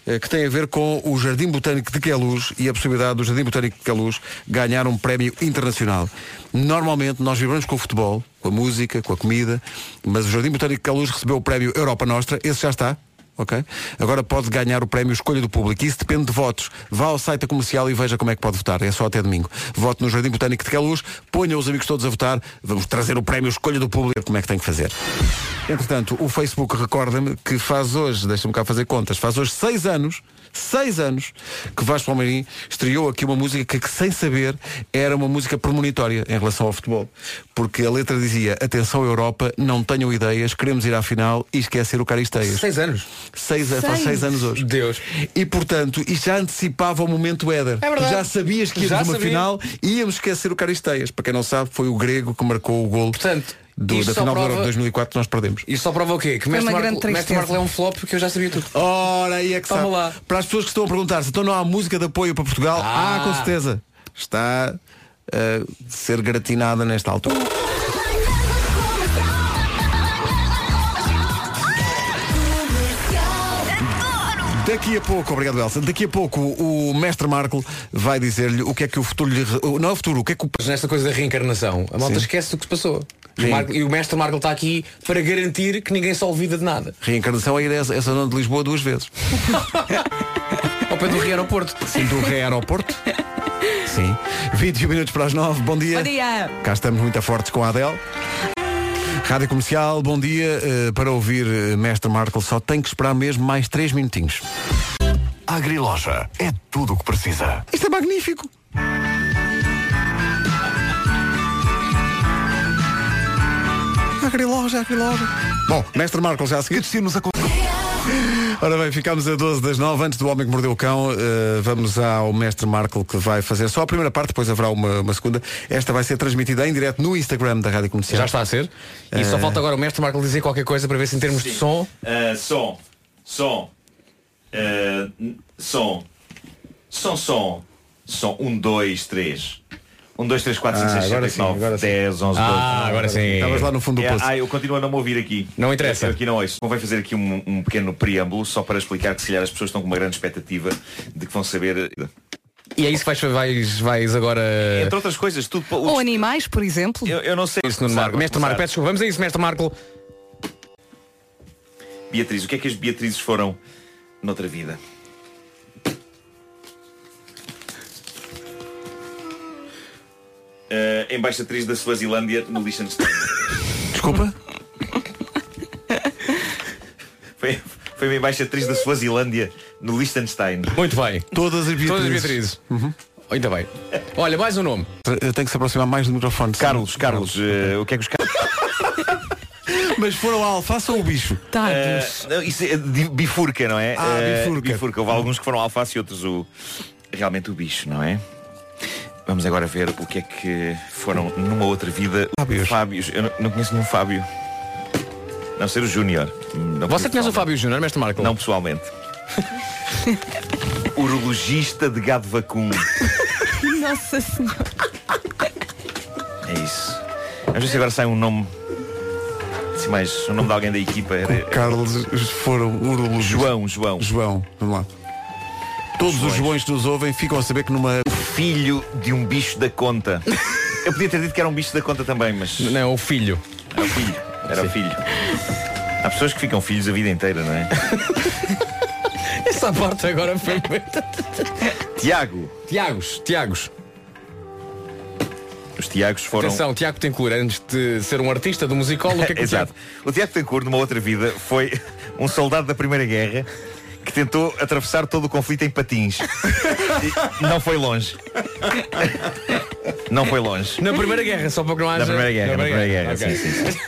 S1: eh, que tem a ver com o Jardim Botânico de Queluz e a possibilidade do Jardim Botânico de Queluz ganhar um prémio internacional. Normalmente nós vibramos com o futebol, com a música, com a comida, mas o Jardim Botânico de Queluz recebeu o prémio Europa Nostra, esse já está. Ok? Agora pode ganhar o prémio Escolha do Público. Isso depende de votos. Vá ao site da comercial e veja como é que pode votar. É só até domingo. Vote no Jardim Botânico de Queluz, ponha os amigos todos a votar. Vamos trazer o prémio Escolha do Público. Como é que tem que fazer? Entretanto, o Facebook recorda-me que faz hoje, deixa-me cá fazer contas, faz hoje seis anos, seis anos, que Vasco Palmeirim estreou aqui uma música que, que, sem saber, era uma música premonitória em relação ao futebol. Porque a letra dizia, atenção Europa, não tenham ideias, queremos ir à final e esquecer o Caristeias.
S5: Seis anos.
S1: Seis anos, faz
S3: Seis.
S1: seis anos hoje.
S5: Deus.
S1: E portanto, isto já antecipava o momento Éder.
S5: É verdade.
S1: já sabias que
S5: Já
S1: íamos uma
S5: sabia.
S1: final e íamos esquecer o Caristeias. Para quem não sabe, foi o grego que marcou o gol
S5: Portanto,
S1: do,
S5: isto
S1: da
S5: só
S1: final do
S5: prova-
S1: Euro de 2004 que nós perdemos.
S5: Isto só prova o quê? Que
S3: uma
S5: Mestre
S3: grande
S5: Marco,
S3: tristeza.
S5: Mestre Marco é um flop que eu já sabia tudo.
S1: Ora, aí é que
S5: Toma
S1: sabe.
S5: lá.
S1: Para as pessoas que estão a perguntar se então não há música de apoio para Portugal,
S5: Ah.
S1: há com certeza. Está a ser gratinada nesta altura. Daqui a pouco, obrigado Elsa, daqui a pouco o mestre Marco vai dizer-lhe o que é que o futuro lhe... re- Não é o futuro, o que é que o...
S5: Mas nesta coisa da reencarnação, a malta
S1: Sim.
S5: esquece do que se passou. E
S1: Sim.
S5: o Marco- e o mestre Marco está aqui para garantir que ninguém se olvida de nada.
S1: Reencarnação é ir a essa, essa zona de Lisboa duas vezes.
S5: Ao pé do Rio Aeroporto.
S1: Sim, do reaeroporto. Sim. 21 minutos para as 9, bom dia.
S3: Bom dia.
S1: Cá estamos muito a fortes com a Adele. Rádio Comercial, bom dia. Eh, para ouvir eh, Mestre Marco só tem que esperar mesmo mais 3 minutinhos.
S11: Agriloja é tudo o que precisa.
S1: Isto é magnífico. Agriloja, agriloja. Bom, Mestre Marco já a seguir.
S11: Descemos a
S1: Ora bem, ficámos a 12 das 9. Antes do Homem que Mordeu o Cão, eh, vamos ao Mestre Marco que vai fazer só a primeira parte, depois haverá uma, uma segunda. Esta vai ser transmitida em direto no Instagram da Rádio Comercial. Eh,
S5: Já está a ser. E
S1: Ah.
S5: só falta agora o mestre Marco dizer qualquer coisa para ver se em termos de som.
S9: Eh, som. Som. Eh, n- som. Som, som. Som. 1, 2, 3. 1, 2, 3, 4, 5,
S1: Ah,
S9: 6,
S1: agora
S9: 7,
S1: sim,
S9: 8, 9,
S1: agora
S9: 10, 11, 12.
S5: Ah, agora sim.
S1: Estavas lá no fundo do
S9: É,
S1: poço.
S9: ah, eu continuo a não me ouvir aqui.
S5: Não interessa.
S9: Eu aqui não ouço. Convém fazer aqui um, um pequeno preâmbulo só para explicar que se calhar as pessoas estão com uma grande expectativa de que vão saber. eh,
S5: E é isso que vais, vais, vais agora.
S9: Entre outras coisas, tudo. pa-
S3: Ou animais, por exemplo.
S9: Eu, eu não sei.
S5: Isso, Nuno Marco. Mestre Marco, peço desculpa. Vamos a isso, mestre Marco.
S9: Beatriz, o que é que as Beatrizes foram noutra vida? Eh, embaixatriz da Suazilândia no Liechtenstein.
S1: Desculpa?
S9: Foi, foi uma embaixatriz da Suazilândia no Liechtenstein.
S5: Muito bem.
S1: Todas as
S5: Todas as
S1: Beatrizes.
S5: Beatrizes. Ainda bem. Olha, mais um nome.
S1: Eu tenho que se aproximar mais do microfone. sim.
S9: Carlos, Carlos, eh, o que é que os Carlos.
S1: Mas foram a alface ou o bicho?
S9: Eh, não, isso é de- bifurca, não é?
S1: Ah,
S9: Eh,
S1: bifurca.
S9: Houve alguns que foram alface e outros o. Realmente o bicho, não é? Vamos agora ver o que é que foram numa outra vida.
S1: Fábios.
S9: Fábios. Eu não, não conheço nenhum Fábio. Não ser o Júnior. Não
S5: Você conhece o
S9: pessoalmente.
S5: Fábio Júnior, mestre Marco?
S9: Não pessoalmente. Urologista de gado É vacuno.
S3: Nossa Senhora.
S9: É isso. Vamos ver se agora sai um nome. Assim mais, o nome de alguém da equipa era.
S1: Eh, Carlos foram urologistas.
S9: João, João.
S1: João, vamos lá. Todos os Joões que nos ouvem ficam a saber que numa.
S9: O filho de um bicho da conta. Eu podia ter dito que era um bicho da conta também, mas.
S5: Não, é o filho.
S9: Era o filho. Era o filho. Há pessoas que ficam filhos a vida inteira, não é?
S5: Essa parte agora foi muito.
S9: Tiago.
S5: Tiagos, Tiagos.
S9: Os Tiagos foram.
S5: Atenção, Tiago Tencourt, antes de ser um artista do musicólogo, o que é que o
S9: Exato. O Tiago Tencourt, numa outra vida, foi um soldado da Primeira Guerra que tentou atravessar todo o conflito em patins. E não foi longe. Não foi longe.
S5: Na Primeira Guerra, só para que não
S9: Na
S5: haja...
S9: Primeira Guerra, na Primeira Guerra,
S5: Ok.
S9: sim, sim, sim.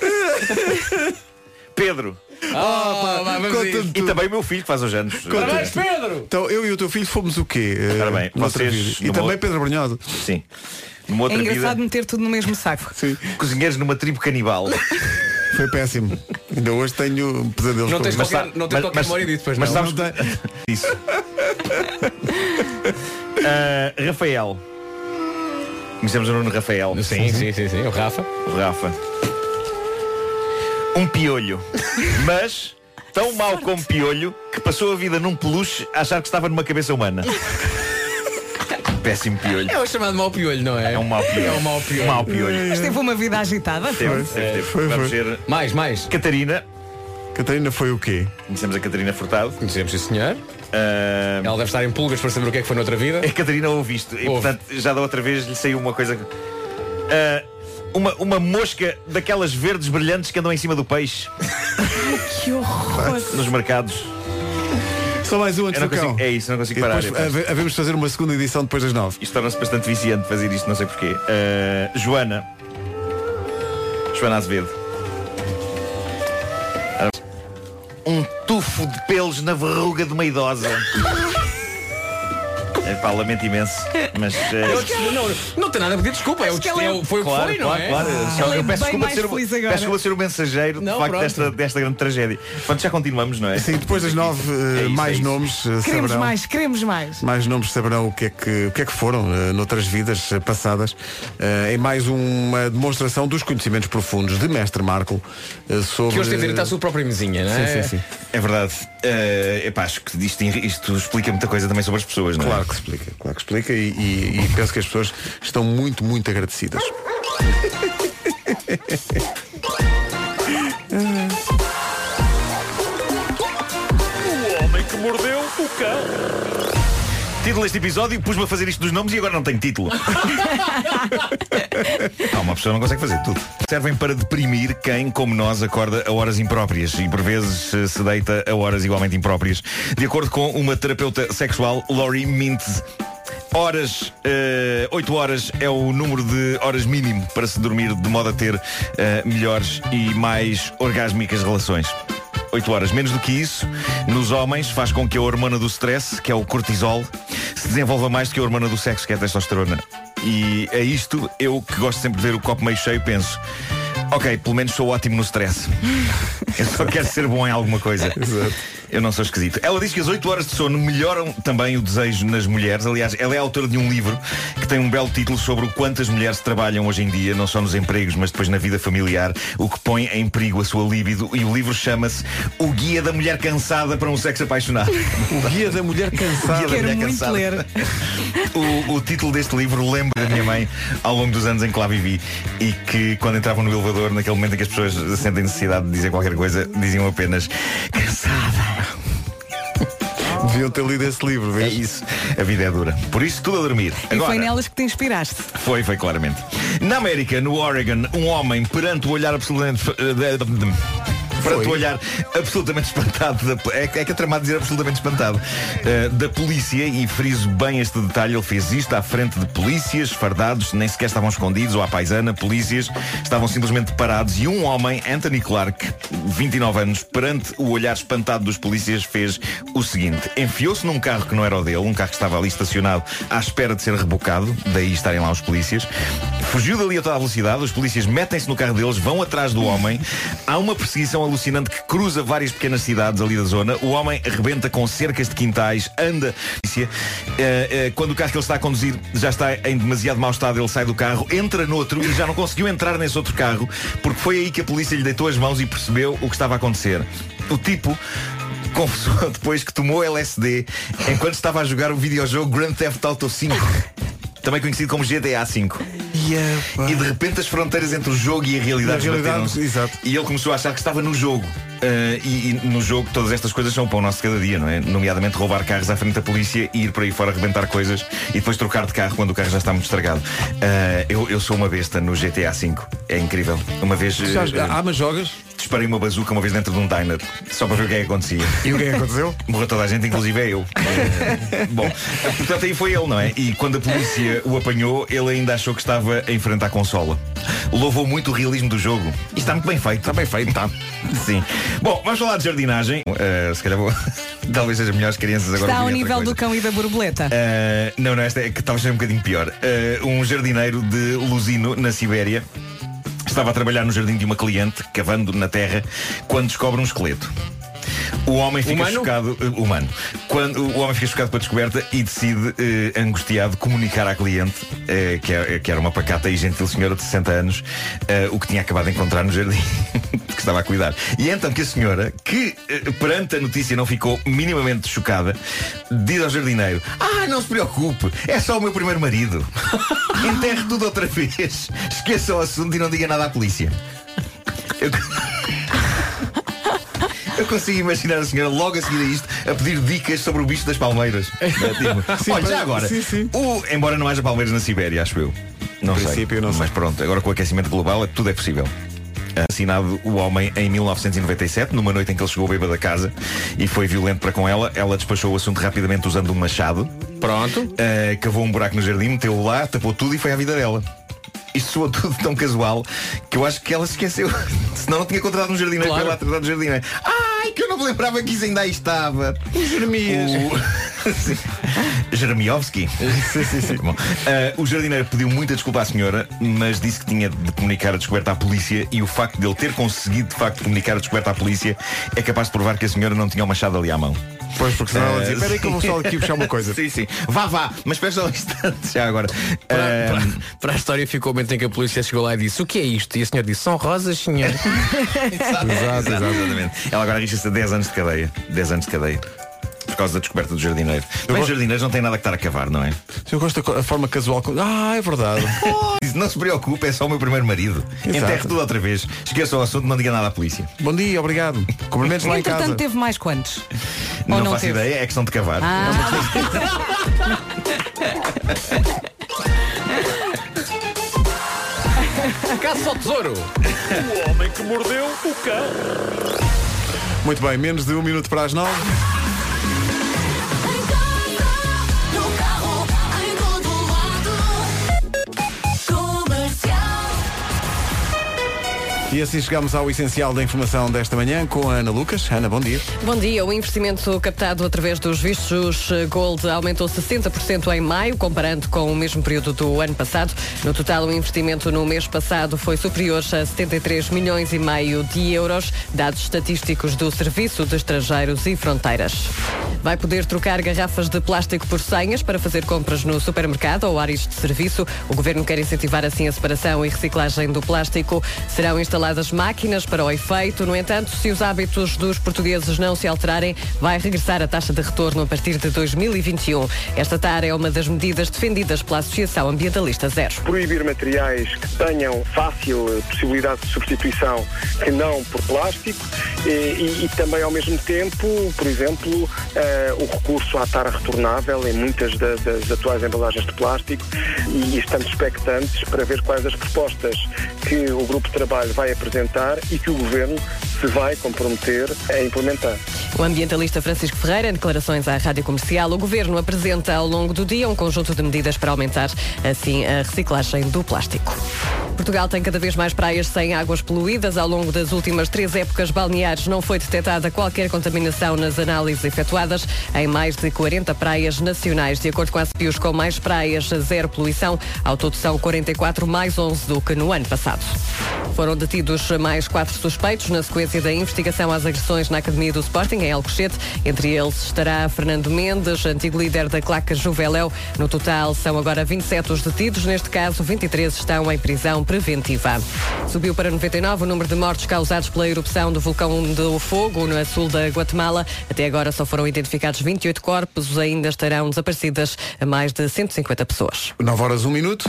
S9: Pedro.
S5: Oh, pá, vamos a isso.
S1: conta-me
S9: E também o meu filho que faz os anos.
S1: Conta-
S5: Parabéns, Pedro!
S1: Então eu e o teu filho fomos o quê? Eh,
S9: Ora bem,
S1: noutra
S9: vocês
S1: vida? E
S9: numa
S1: também
S9: outra-
S1: Pedro Brunhosa.
S9: Sim.
S3: É
S9: Numa outra
S3: engraçado
S9: vida,
S3: meter tudo no mesmo saco.
S9: cozinheiros numa tribo canibal.
S1: Foi péssimo. Ainda hoje tenho pesadelos
S5: Não
S1: com
S5: tens
S1: isso.
S9: Mas
S5: qualquer,
S9: tá-
S5: não tens
S9: mas-
S5: qualquer
S9: mas-
S5: memória disso, pois
S9: mas
S5: não.
S9: sabes- Isso. Ah, Rafael. Conhecemos o Nuno Rafael.
S5: Sim, sim, sim, sim, o Rafa.
S9: Rafa. Um piolho. Mas tão mau como piolho que passou a vida num peluche a achar que estava numa cabeça humana. Péssimo piolho.
S5: É o chamado mau piolho, não é?
S9: É um mau piolho.
S5: É um mau piolho.
S9: Mau piolho.
S3: Mas teve uma vida agitada.
S9: Teve, teve, teve.
S1: Foi,
S9: Vamos
S1: foi.
S9: ver.
S5: Mais, mais.
S9: Catarina.
S1: Catarina foi o quê?
S9: Conhecemos a Catarina Furtado.
S5: Conhecemos, sim, senhor.
S9: Ah,
S5: Ela deve estar em pulgas para saber o que é que foi noutra vida.
S9: A Catarina ouve isto e
S5: Ouve.
S9: portanto já da outra vez lhe saiu uma coisa. Ah, uma, uma mosca daquelas verdes brilhantes que andam em cima do peixe
S3: Que horror.
S9: nos mercados.
S1: Só mais um
S9: Eu
S1: antes
S9: não
S1: do
S9: consigo-
S1: cão.
S9: é isso, eu não consigo
S1: E
S9: parar.
S1: depois
S9: eu faço.
S1: have- havemos de fazer uma segunda edição depois das nove.
S9: Isto é um- torna-se bastante viciante fazer isto, não sei porquê. Ah, Joana. Joana Azevedo. Ah, Um tufo de pelos na verruga de uma idosa. É pá, lamento imenso. Mas. ah,
S5: é Não, não, não tem nada a pedir desculpa, é o,
S3: Acho que ela
S5: é
S3: é-
S5: o- foi o que
S9: Claro,
S5: foi, não
S9: claro,
S5: é?
S9: claro. Só
S3: Ela
S9: que
S3: é
S9: eu peço
S3: bem
S9: desculpa de
S3: mais
S9: ser, o-
S3: feliz
S9: peço
S3: agora.
S9: desculpa de ser o mensageiro
S5: Não,
S9: de facto
S5: pronto.
S9: desta, desta grande tragédia. Portanto, já continuamos, não é?
S1: Sim, depois das nove, eh,
S9: É isso,
S1: mais
S9: é isso.
S1: nomes eh,
S3: Queremos
S1: saberão.
S3: mais, queremos mais.
S1: Mais nomes saberão o que é que, o que, é que foram eh, noutras vidas eh, passadas. Eh, é mais uma demonstração dos conhecimentos profundos de Mestre Marco eh, sobre.
S5: Que hoje teve direito à sua própria mesinha, não é?
S1: Sim, sim, sim.
S9: É verdade. Eh, epá, acho que isto, isto explica muita coisa também sobre as pessoas, não é?
S1: Claro que explica, claro que explica e, e- e penso que as pessoas estão muito, muito agradecidas.
S9: Título deste episódio, pus-me a fazer isto dos nomes e agora não tenho título. não, uma pessoa não consegue fazer tudo. Servem para deprimir quem, como nós, acorda a horas impróprias e por vezes eh, se deita a horas igualmente impróprias. De acordo com uma terapeuta sexual, Lori Mintz. Horas, 8 horas é o número de horas mínimo para se dormir de modo a ter eh, melhores e mais orgásmicas relações. 8 horas. Menos do que isso, nos homens faz com que a hormona do stress, que é o cortisol, se desenvolva mais do que a hormona do sexo, que é a testosterona. E a isto, eu que gosto sempre de ver o copo meio cheio, penso. Ok, pelo menos sou ótimo no stress. Eu só quero ser bom em alguma coisa. Eu não sou esquisito. Ela diz que as 8 horas de sono melhoram também o desejo nas mulheres. Aliás, ela é autora de um livro que tem um belo título sobre o quanto as mulheres trabalham hoje em dia, não só nos empregos, mas depois na vida familiar, o que põe em perigo a sua libido. E o livro chama-se O Guia da Mulher Cansada para um Sexo Apaixonado.
S1: O guia da mulher cansada.
S9: Guia da
S3: Quero
S9: Mulher
S3: muito
S9: Cansada.
S3: ler.
S9: O, o título deste livro lembra da minha mãe ao longo dos anos em que lá vivi e que quando entravam no elevador, naquele momento em que as pessoas sentem necessidade de dizer qualquer coisa, diziam apenas cansada.
S1: Deviam ter lido esse livro,
S9: É
S1: vês?
S9: isso. A vida é dura. Por isso, tudo a dormir.
S3: E
S9: Agora,
S3: foi nelas que te inspiraste.
S9: Foi, foi, claramente. Na América, no Oregon, um homem perante o olhar absolutamente. eh, Perante o olhar absolutamente espantado da- é, que- é que é tramado dizer absolutamente espantado eh, Da polícia E friso bem este detalhe Ele fez isto à frente de polícias Fardados, nem sequer estavam escondidos Ou à paisana, polícias Estavam simplesmente parados E um homem, Anthony Clark 29 anos, perante o olhar espantado dos polícias Fez o seguinte Enfiou-se num carro que não era o dele Um carro que estava ali estacionado À espera de ser rebocado Daí estarem lá os polícias Fugiu dali a toda a velocidade Os polícias metem-se no carro deles Vão atrás do homem Há uma perseguição alucinante que cruza várias pequenas cidades ali da zona. O homem arrebenta com cercas de quintais, anda. Eh, eh, Quando o carro que ele está a conduzir já está em demasiado mau estado, ele sai do carro, entra noutro e já não conseguiu entrar nesse outro carro porque foi aí que a polícia lhe deitou as mãos e percebeu o que estava a acontecer. O tipo confessou depois que tomou LSD enquanto estava a jogar o videojogo Grand Theft Auto 5. Também conhecido como GTA V. E de repente as fronteiras entre o jogo e a realidade,
S1: Na realidade,
S9: esbateram-se. E ele começou a achar que estava no jogo. Ah, e, e no jogo todas estas coisas são o pão nosso de cada dia, não é? Nomeadamente roubar carros à frente da polícia e ir por aí fora arrebentar coisas e depois trocar de carro quando o carro já está muito estragado. Ah, eu, eu sou uma besta no GTA V. É incrível. Uma vez.
S1: Tu sabes,
S9: ah,
S1: há umas jogas?
S9: Disparei uma bazuca uma vez dentro de um diner, só para ver o que é que acontecia.
S1: E o que é que aconteceu? É.
S9: Morreu toda a gente, inclusive eu. Eh, Bom, portanto aí foi ele, não é? E quando a polícia o apanhou, ele ainda achou que estava em frente à consola. Louvou muito o realismo do jogo. E está muito bem feito. Está bem feito, está. Sim. Bom, vamos falar de jardinagem. Eh, se calhar vou. Talvez seja melhor as crianças agora.
S10: Está ao
S9: virem outra
S10: nível
S9: coisa.
S10: do cão e da borboleta.
S9: Uh, não, não, esta é que talvez seja um bocadinho pior. Uh, um jardineiro de Luzino, na Sibéria, estava a trabalhar no jardim de uma cliente, cavando na terra, quando descobre um esqueleto. O homem fica
S5: Humano?
S9: chocado, uh, humano, quando o homem fica chocado pela descoberta e decide, uh, angustiado, comunicar à cliente, uh, que, é- que era uma pacata e gentil senhora de 60 anos, uh, o que tinha acabado de encontrar no jardim que estava a cuidar. E é então que a senhora, que uh, perante a notícia não ficou minimamente chocada, diz ao jardineiro: Ah, não se preocupe, é só o meu primeiro marido. Enterre tudo outra vez, esqueça o assunto e não diga nada à polícia. Eu... Eu consigo imaginar a senhora logo a seguir a isto a pedir dicas sobre o bicho das palmeiras. É, tipo,
S1: Sim,
S9: olha,
S1: pois-
S9: já agora,
S1: sim, sim.
S9: o- embora não haja palmeiras na Sibéria, acho eu. Não sei. Mas pronto, agora com o aquecimento global é- tudo é possível. Assinado o homem em 1997, numa noite em que ele chegou bêbado da casa e foi violento para com ela, ela despachou o assunto rapidamente usando um machado. Pronto. cavou um buraco no jardim, meteu-o lá, tapou tudo e foi à vida dela. Isto soa tudo tão casual que eu acho que ela se esqueceu. Senão não tinha contratado um jardineiro
S11: Claro.
S9: para ela tratar do jardineiro. Ah, Ai, que eu não me lembrava que isso ainda aí estava. O Jeremias. Jeremiovski. Bom, ah, o jardineiro pediu muita desculpa à senhora, mas disse que tinha de comunicar a descoberta à polícia e o facto de ele ter conseguido de facto comunicar a descoberta à polícia é capaz de provar que a senhora não tinha o machado ali à mão.
S1: Pois, porque senão ela
S9: Ah,
S1: dizia, "Espera aí que eu vou só
S9: sim."
S1: aqui puxar uma coisa.
S9: sim, sim. Vá, vá, mas espera só um instante já agora.
S5: Para, para- para a história ficou o momento em que a polícia chegou lá e disse o que é isto? E a senhora disse, são rosas, senhor.
S9: Exato, exatamente. Ela agora arrisca-se a 10 anos de cadeia. 10 anos de cadeia. Por causa da descoberta do jardineiro. Bem, os jardineiros não têm nada que estar a cavar, não é?
S1: Eu gosto da co- a forma casual. com- Ah, é verdade.
S9: Diz, não se preocupe, é só o meu primeiro marido.
S1: Exato.
S9: Enterre tudo outra vez. Esqueça o assunto, não diga nada à polícia.
S1: Bom dia, obrigado. Cumprimentos lá em casa.
S10: Entretanto, teve mais quantos?
S9: Não,
S10: Ou não
S9: faço
S10: teve?
S9: ideia, é questão de
S3: Ah.
S9: cavar.
S5: Ah. Caça ao tesouro!
S1: O homem que mordeu o cão. Muito bem, menos de um minuto para as nove. E assim chegamos ao essencial da informação desta manhã com a Ana Lucas. Ana, bom dia.
S10: Bom dia. O investimento captado através dos vistos Gold aumentou 60% em maio, comparando com o mesmo período do ano passado. No total, o investimento no mês passado foi superior a 73 milhões e meio de euros, dados estatísticos do Serviço de Estrangeiros e Fronteiras. Vai poder trocar garrafas de plástico por senhas para fazer compras no supermercado ou áreas de serviço. O governo quer incentivar assim a separação e reciclagem do plástico. Serão instaladas máquinas para o efeito. No entanto, se os hábitos dos portugueses não se alterarem, vai regressar a taxa de retorno a partir de 2021. Esta tarefa é uma das medidas defendidas pela Associação Ambientalista Zero.
S8: Proibir materiais que tenham fácil eh, possibilidade de substituição que não por plástico eh, e, e também ao mesmo tempo, por exemplo, eh, o recurso à tara retornável em muitas da- das, atuais embalagens de plástico e estamos expectantes para ver quais as propostas que o grupo de trabalho vai apresentar e que o governo se vai comprometer a implementar.
S10: O ambientalista Francisco Ferreira, em declarações à Rádio Comercial, o Governo apresenta ao longo do dia um conjunto de medidas para aumentar, assim, a reciclagem do plástico. Portugal tem cada vez mais praias sem águas poluídas. Ao longo das últimas três épocas balneares não foi detectada qualquer contaminação nas análises efetuadas em mais de 40 praias nacionais. De acordo com a CPIUS, com mais praias, zero poluição. Ao todo são 44 mais 11 do que no ano passado. Foram detidos mais quatro suspeitos na sequência da investigação às agressões na Academia do Sporting, em Alcochete. Entre eles estará Fernando Mendes, antigo líder da claca Juveléu. No total, são agora 27 os detidos. Neste caso, 23 estão em prisão preventiva. Subiu para 99 o número de mortes causados pela erupção do vulcão do Fogo, no sul da Guatemala. Até agora só foram identificados 28 corpos. Ainda estarão desaparecidas mais de 150 pessoas.
S1: 9 horas, 1 minuto.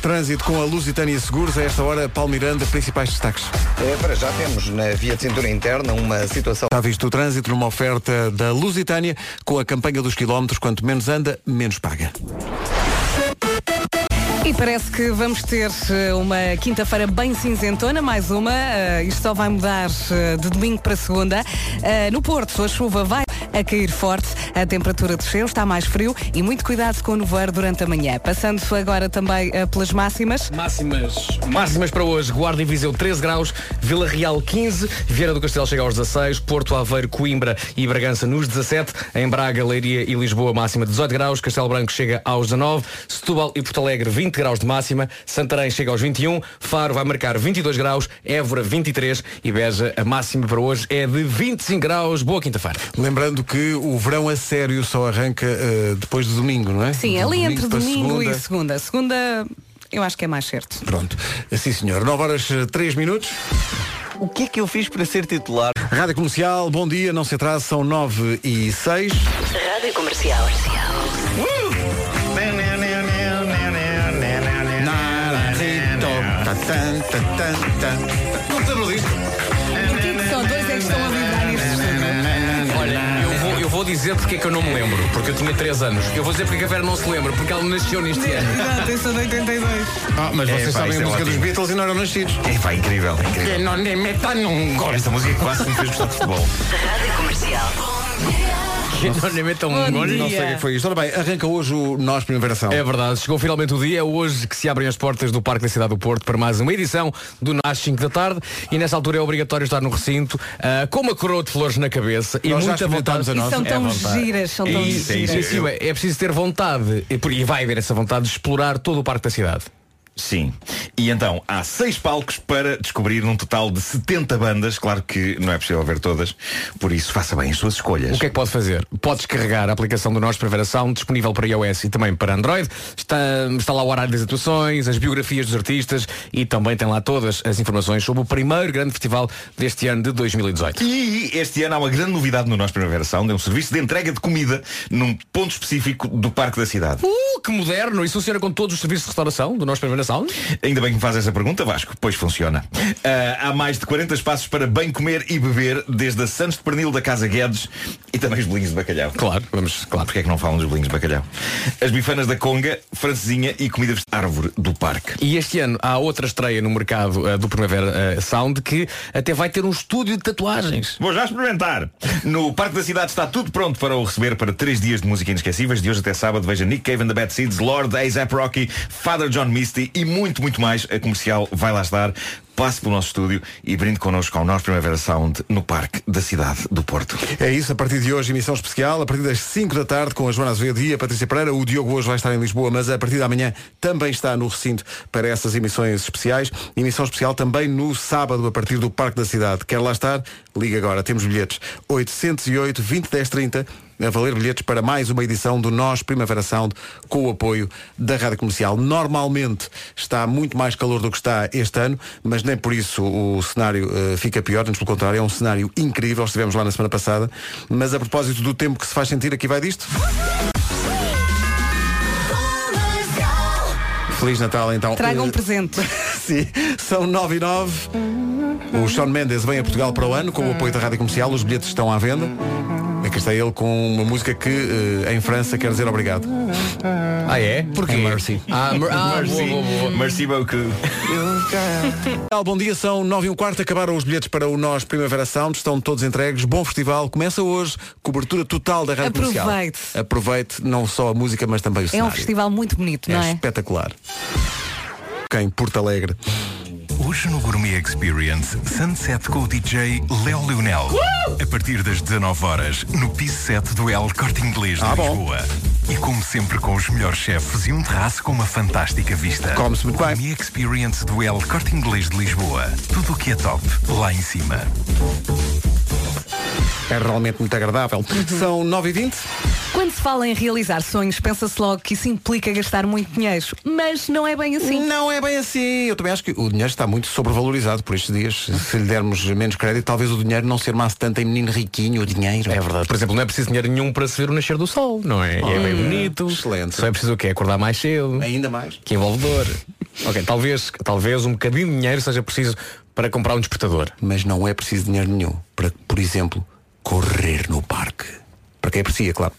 S1: Trânsito com a Lusitânia Seguros. A esta hora, Palmiranda, principais destaques.
S2: É, para já temos na via de cintura interna uma situação.
S1: Está visto o trânsito numa oferta da Lusitânia com a campanha dos quilómetros. Quanto menos anda, menos paga.
S3: E parece que vamos ter eh, uma quinta-feira bem cinzentona, mais uma. eh, Isto só vai mudar eh, de domingo para segunda. Eh, No Porto, a chuva vai a cair forte, a temperatura desceu, está mais frio e muito cuidado com o nevoeiro durante a manhã. Passando agora também eh, pelas máximas.
S5: Máximas. Máximas para hoje. Guarda e Viseu 13 graus, Vila Real 15, Vieira do Castelo chega aos 16, Porto Aveiro, Coimbra e Bragança nos 17, em Braga, Leiria e Lisboa máxima 18 graus, Castelo Branco chega aos 19, Setúbal e Porto Alegre 20 graus de máxima, Santarém chega aos 21, Faro vai marcar 22 graus, Évora 23 e Beja a máxima para hoje é de 25 graus. Boa quinta-feira.
S1: Lembrando que o verão a sério só arranca eh, depois de domingo, não é?
S3: Sim,
S1: De
S3: ali entre
S1: para
S3: domingo e segunda. Segunda, eu acho que é mais certo.
S1: Pronto. Sim, senhor. 9 horas 3 minutos.
S2: O que é que eu fiz para ser titular?
S1: Rádio Comercial, bom dia, não se atrase, são 9 e 6.
S4: Rádio Comercial.
S1: Não lembro disto.
S3: Porquê que só dois é que estão a vibrar neste estúdio?
S5: Olha, eu vou, eu vou dizer porque é que eu não me lembro, porque eu tinha 3 anos. Eu vou dizer porque é que a Vera não se lembra, porque ela nasceu neste ano.
S3: Exato, eu sou de 82.
S1: Ah, mas vocês
S9: É, pá,
S1: sabem
S9: isso
S1: a
S9: é
S1: música dos
S9: ótimo.
S1: Beatles e não eram nascidos.
S9: É, pá, incrível, incrível.
S5: não me meta num gol.
S9: Esta música quase me fez gostar de futebol.
S4: Rádio Comercial.
S5: Que não me meta
S3: Bom
S5: um gol.
S3: dia.
S1: Não sei o que é que foi isto. Ora bem, arranca hoje o Nós Primavera São.
S5: É verdade, chegou finalmente o dia, é hoje que se abrem as portas do Parque da Cidade do Porto para mais uma edição do Nas 5 da tarde e nessa altura é obrigatório estar no recinto ah, com uma coroa de flores na cabeça e
S1: Nós já
S5: muita vontade.
S1: experimentámos a
S3: E são
S1: nossa. É
S3: tão
S5: vontade.
S3: giras, são tão
S9: Isso, é
S5: E,
S3: giras.
S9: isso,
S5: sim, sim, é, é preciso ter vontade e, por- e vai haver essa vontade de explorar todo o Parque da Cidade.
S9: Sim. E então, há seis palcos para descobrir um total de 70 bandas. Claro que não é possível ver todas, por isso faça bem as suas escolhas.
S5: O que é que pode fazer? Pode descarregar a aplicação do Nós Primavera Sound, disponível para iOS e também para Android. Está, está lá o horário das atuações, as biografias dos artistas e também tem lá todas as informações sobre o primeiro grande festival deste ano de 2018.
S9: E este ano há uma grande novidade no Nós Primavera Sound, é um serviço de entrega de comida num ponto específico do Parque da Cidade.
S5: Uh, que moderno! Isso funciona com todos os serviços de restauração do Nós Primavera Sound?
S9: Ainda bem que me faz essa pergunta, Vasco, pois funciona. Ah, há mais de 40 espaços para bem comer e beber, desde a Santos de Pernil da Casa Guedes e também os bolinhos de bacalhau.
S5: Claro, vamos, claro.
S9: Porquê é que não falam dos bolinhos de bacalhau? As bifanas da Conga, francesinha e comida vestida árvore do parque.
S5: E este ano há outra estreia no mercado eh, do Primavera eh, Sound que até vai ter um estúdio de tatuagens.
S9: Vou já experimentar. No Parque da Cidade está tudo pronto para o receber para três dias de música inesquecíveis. De hoje até sábado, veja Nick Cave and the Bad Seeds, Lord, A$AP Rocky, Father John Misty e muito, muito mais. A comercial vai lá estar. Passe pelo nosso estúdio e brinde connosco ao nosso Primavera Sound no Parque da Cidade do Porto.
S1: É isso, a partir de hoje, emissão especial, a partir das 5 da tarde, com a Joana Azevedo e a Patrícia Pereira. O Diogo hoje vai estar em Lisboa, mas a partir de amanhã também está no recinto para essas emissões especiais. Emissão especial também no sábado, a partir do Parque da Cidade. Quer lá estar? Liga agora, temos bilhetes 808 20 10 30 a valer bilhetes para mais uma edição do Nós Primavera Sound com o apoio da Rádio Comercial. Normalmente está muito mais calor do que está este ano, mas nem por isso o cenário eh, fica pior, antes pelo contrário, é um cenário incrível, estivemos lá na semana passada, mas a propósito do tempo que se faz sentir, aqui vai disto. Feliz Natal então.
S3: Tragam um
S1: Eh,
S3: presente.
S1: Sim, são 9 e 9. O Sean Mendes vem a Portugal para o ano com o apoio da Rádio Comercial. Os bilhetes estão à venda. Aqui está ele com uma música que eh, em França quer dizer obrigado.
S5: Ah é? Porquê?
S1: Mercy.
S5: Ah, mer ah boa,
S9: Merci,
S5: boa, boa.
S9: merci beaucoup.
S1: Tal, Bom dia, são 9 e um quarto. Acabaram os bilhetes para o Nós Primavera Sound. Estão todos entregues. Bom festival. Começa hoje. Cobertura total da Rádio Comercial.
S3: Aproveite.
S1: Aproveite não só a música, mas também o
S3: É
S1: cenário.
S3: um festival muito bonito,
S1: É
S3: não é?
S1: espetacular. Quem? Porto Alegre.
S11: Hoje no Gourmet Experience, Sunset com o DJ Léo Leonel. A partir das 19 horas no piso 7 do El Corte Inglês de
S1: Ah, bom.
S11: Lisboa. E como sempre com os melhores chefes e um terraço com uma fantástica vista.
S1: Come-se muito bem.
S11: Gourmet Experience do El Corte Inglês de Lisboa. Tudo o que é top, lá em cima.
S1: É realmente muito agradável.
S3: Uhum.
S1: São 9h20.
S3: Quando se fala em realizar sonhos, pensa-se logo que isso implica gastar muito dinheiro. Mas não é bem assim.
S1: Não é bem assim. Eu também acho que o dinheiro está muito sobrevalorizado por estes dias. Se lhe dermos menos crédito, talvez o dinheiro não se armasse tanto em menino riquinho, o dinheiro.
S5: É verdade. Por exemplo, não é preciso dinheiro nenhum para se ver o nascer do sol, não é? E é bem bonito.
S1: Ah, Excelente.
S5: Só é preciso o quê? Acordar mais cedo.
S1: Ainda mais.
S5: Que envolvedor. ok, talvez, talvez um bocadinho de dinheiro seja preciso para comprar um despertador.
S1: Mas não é preciso dinheiro nenhum para, por exemplo, correr no parque. Para quem aprecia, claro.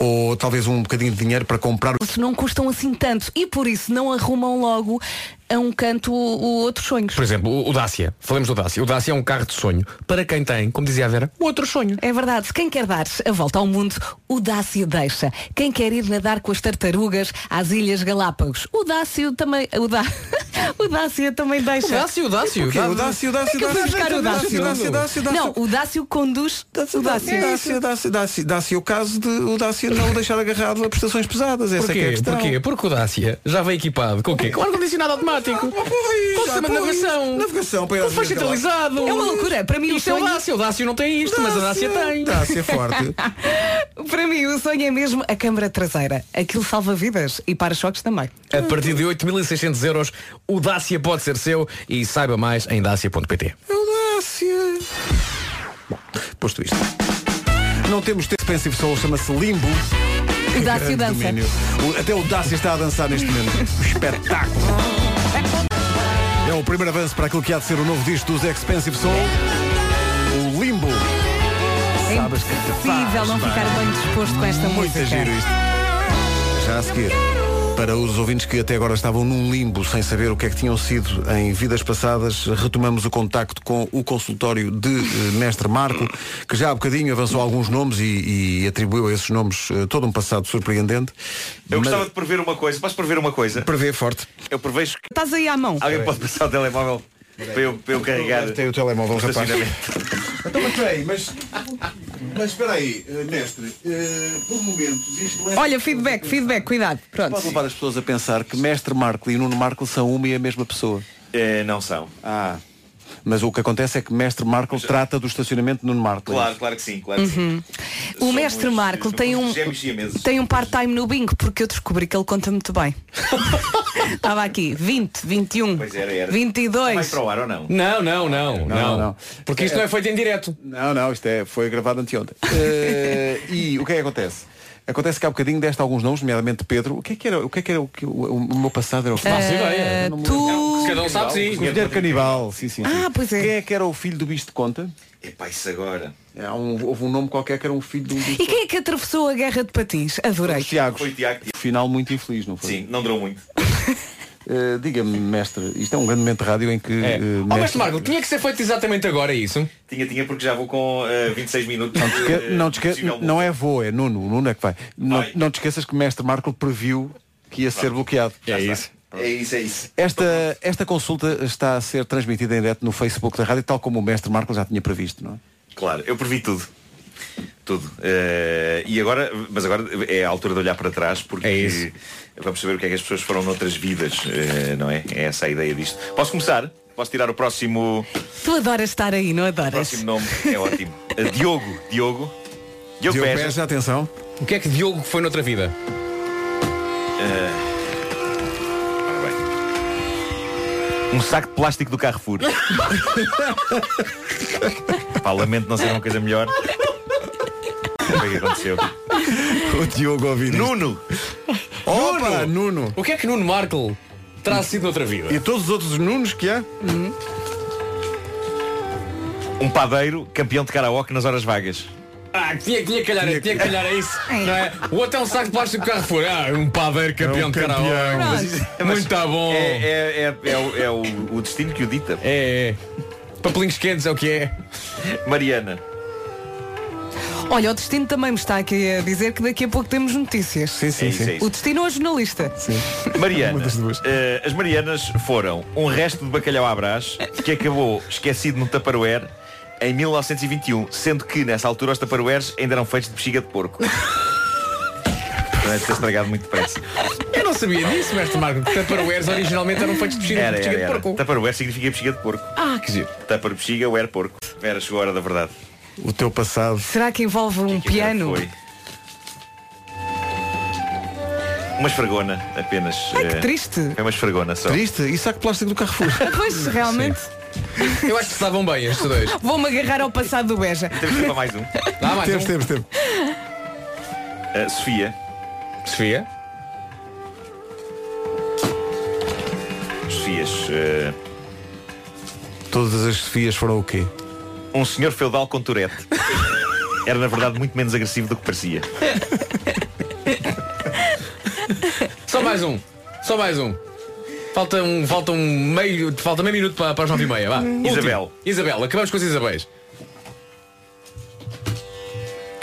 S1: Ou talvez um bocadinho de dinheiro para comprar.
S3: Se não custam assim tanto e por isso não arrumam logo a um canto o, o outros sonhos.
S5: Por exemplo, o- o Dacia. Falamos do Dacia. O Dacia é um carro de sonho para quem tem, como dizia a Vera, Um outro sonho.
S3: É verdade, quem quer dar a volta ao mundo, o Dácio deixa. Quem quer ir nadar com as tartarugas às Ilhas Galápagos, o Dácio também. O, Dá... o Dácio também deixa.
S5: O Dácio, o Dácio.
S1: Porquê? O Dácio, o Dácio,
S3: É que eu fui
S1: o Dácio,
S3: buscar o
S1: o Dácio,
S3: Dácio.
S1: o Dácio, o Dácio, o Dácio.
S3: Não, o Dácio conduz o Dácio.
S1: Dácia, Dácia, Dácia, Dácia, o caso de o Dácia não o deixar agarrado a prestações pesadas. Essa é que é a
S5: Porquê?
S1: questão.
S5: Porquê? Porque o Dacia já vem equipado com o quê? Com ar-condicionado
S1: Ah,
S5: automático.
S1: pois,
S5: com
S1: ah,
S5: sistema de
S1: pois.
S5: navegação.
S1: Navegação, para então. ir
S5: Com
S1: às
S5: faixa
S1: Ilhas Galápagos.
S5: atualizado.
S3: É uma loucura, para mim o
S5: Isto é o
S3: sonho-
S5: Dácio. O Dácio não tem isto, mas a Dácia tem.
S1: Dácia é forte.
S3: Para mim, o sonho é mesmo a câmara traseira. Aquilo salva vidas e para-choques também.
S5: A partir de 8.600 euros, o Dácia pode ser seu e saiba mais em dacia.pt.
S1: É o Dácia. Bom, posto isto. Não temos tempo pensivo soul, chama-se Limbo.
S3: O Dácio
S1: Grande
S3: dança.
S1: domínio. O- Até o Dácia está a dançar neste momento. Espetáculo. É o primeiro avanço para aquilo que há de ser o novo disco dos Expensive Soul. O Limbo.
S3: É
S1: Sabes que te
S3: impossível
S1: faz
S3: não
S1: bem.
S3: ficar bem disposto com esta
S1: Muito
S3: música.
S1: giro isto. Já a seguir. Para os ouvintes que até agora estavam num limbo sem saber o que é que tinham sido em vidas passadas, retomamos o contacto com o consultório de eh, Mestre Marco, que já há bocadinho avançou alguns nomes e, e atribuiu a esses nomes eh, todo um passado surpreendente.
S9: Eu
S1: Mas-
S9: gostava de prever uma coisa. Posso prever uma coisa?
S1: Prevê forte.
S9: Eu prevejo que
S3: Estás aí à mão.
S9: alguém pode passar o telemóvel para eu, para eu carregar.
S1: Tem o telemóvel,
S9: Mas
S1: rapaz.
S9: assim, não é?
S1: Então, mas peraí, mas. Mas espera aí, eh, mestre, por momentos isto
S9: é
S3: Olha,
S9: um
S3: feedback, feedback, cuidado. Pronto.
S1: Pode levar as pessoas a pensar que Mestre Marco e Nuno Marco são uma e a mesma pessoa.
S9: Eh, não são.
S1: Ah. Mas o que acontece é que Mestre Marco trata do estacionamento de Nuno Marco. é
S9: Claro, claro que sim, claro que sim.
S3: Uhum. O
S9: Somos-
S3: mestre Marco
S9: somos
S3: tem um,
S9: Gêmeos siameses.
S3: tem um part-time no bingo porque eu descobri que ele conta muito bem. Ah, Estava aqui, 20, 21,
S9: Pois era, era. Vai
S3: 22.
S9: para o ar ou não?
S5: Não, não, não, não.
S1: não.
S5: Porque isto não é feito em direto.
S1: Não, não, isto é, foi gravado anteontem. Eh, e o que é que acontece? Acontece que há bocadinho deste alguns nomes, nomeadamente Pedro. O que é que era o, que é que era o, que- o- o meu passado? Era o
S3: Ah,
S5: Faço ideia.
S3: tu...
S5: Cada um sabe sim.
S1: Mulher canibal, sim, sim, sim.
S3: Ah, pois é.
S1: Quem é que era o filho do bicho de conta?
S9: Epá, isso agora.
S1: Há um- houve um nome qualquer que era um filho do bicho
S3: E
S1: de conta.
S3: quem é que atravessou a guerra de patins? Adorei.
S1: Os Tiagos.
S9: Foi o Tiago.
S1: Final muito infeliz, não foi?
S9: Sim, não durou muito.
S1: Eh, Diga-me, mestre, isto é um grande momento de rádio em que.
S5: É.
S1: eh,
S5: Oh, mestre Marco, tinha que ser feito exatamente agora isso.
S9: Tinha, tinha, porque já vou com eh, 26 minutos.
S1: Não, te esque- não, te esque- não é voo, é Nuno, o Nuno é que é, vai. Não,
S9: Vai.
S1: não te esqueças que o mestre Marco previu que ia ser bloqueado.
S9: É isso, é isso.
S1: Esta, esta consulta está a ser transmitida em direto no Facebook da rádio, tal como o mestre Marco já tinha previsto, não é?
S9: Claro, eu previ tudo. Tudo. Eh, e agora, mas agora é a altura de olhar para trás porque
S5: É isso.
S9: vamos saber o que é que as pessoas foram noutras vidas, eh, não é? É essa a ideia disto. Posso começar? Posso tirar o próximo,
S3: Tu adoras estar aí, não adoras?
S9: próximo nome? É ótimo. Eh, Diogo. Diogo. Diogo,
S1: Diogo
S9: Beja.
S1: Beja, atenção.
S5: O que é que Diogo foi noutra vida?
S9: Eh, Ora bem. Um saco de plástico do Carrefour. Pá, lamento não ser uma coisa melhor. Foi o que aconteceu.
S1: O Diogo ouvindo.
S9: Nuno!
S1: Opa, Nuno!
S5: O que é que Nuno Marco terá sido noutra vida? Hum.
S1: E todos os outros Nunos que há?
S9: Um padeiro, campeão de karaoke nas horas vagas.
S5: Ah, tinha, tinha que calhar, tinha que calhar a isso. Não é? O outro é um saco de plástico do carro fora. Ah, um padeiro campeão de
S1: É campeão.
S5: karaoke. Muito tá bom.
S9: É,
S5: É,
S9: é, é, é o, é o- o destino que o dita.
S5: é. Papelinhos quentes é o que é.
S9: Mariana.
S3: Olha, o destino também me está aqui a dizer que daqui a pouco temos notícias.
S9: é isso, é
S3: O
S9: isso.
S3: destino ou a jornalista?
S9: Mariana.
S1: Uma das duas.
S9: Eh, as Marianas foram um resto de bacalhau à brás que acabou esquecido no Tupperware em 1921, sendo que nessa altura os Tupperwares ainda eram feitos é de bexiga de porco. Deve ter estragado muito depressa.
S5: Eu não sabia disso, mestre Marco. que Tupperwares originalmente eram feitos de bexiga,
S9: Era,
S5: bexiga
S9: era,
S5: de
S9: era.
S5: porco.
S9: Tupperware significa bexiga de porco.
S5: Ah, que giro.
S9: Tupper bexiga, ware porco. Era, chegou a hora da verdade.
S1: O teu passado.
S3: Será que envolve um piano?
S9: Foi. Uma esfregona, apenas. Ai,
S3: que triste.
S9: É uma esfregona só.
S1: Triste? E saco de plástico do Carrefour.
S3: Pois, realmente.
S5: Eu acho que se davam bem estes dois.
S3: Vou-me agarrar ao passado do Beja.
S9: Temos tempo para mais um.
S5: Dá mais
S1: Temos,
S5: um.
S1: temos, temos.
S9: Uh, Sofia.
S5: Sofia.
S9: Sofias. uh,
S1: Todas as Sofias foram o quê?
S9: um senhor feudal com Tourette. Era na verdade muito menos agressivo do que parecia.
S5: Só mais um. Só mais um. Falta um, falta um meio, falta meio minuto para, para as nove e meia. Vá. Último.
S9: Isabel.
S5: Isabel, acabamos com as Isabéis.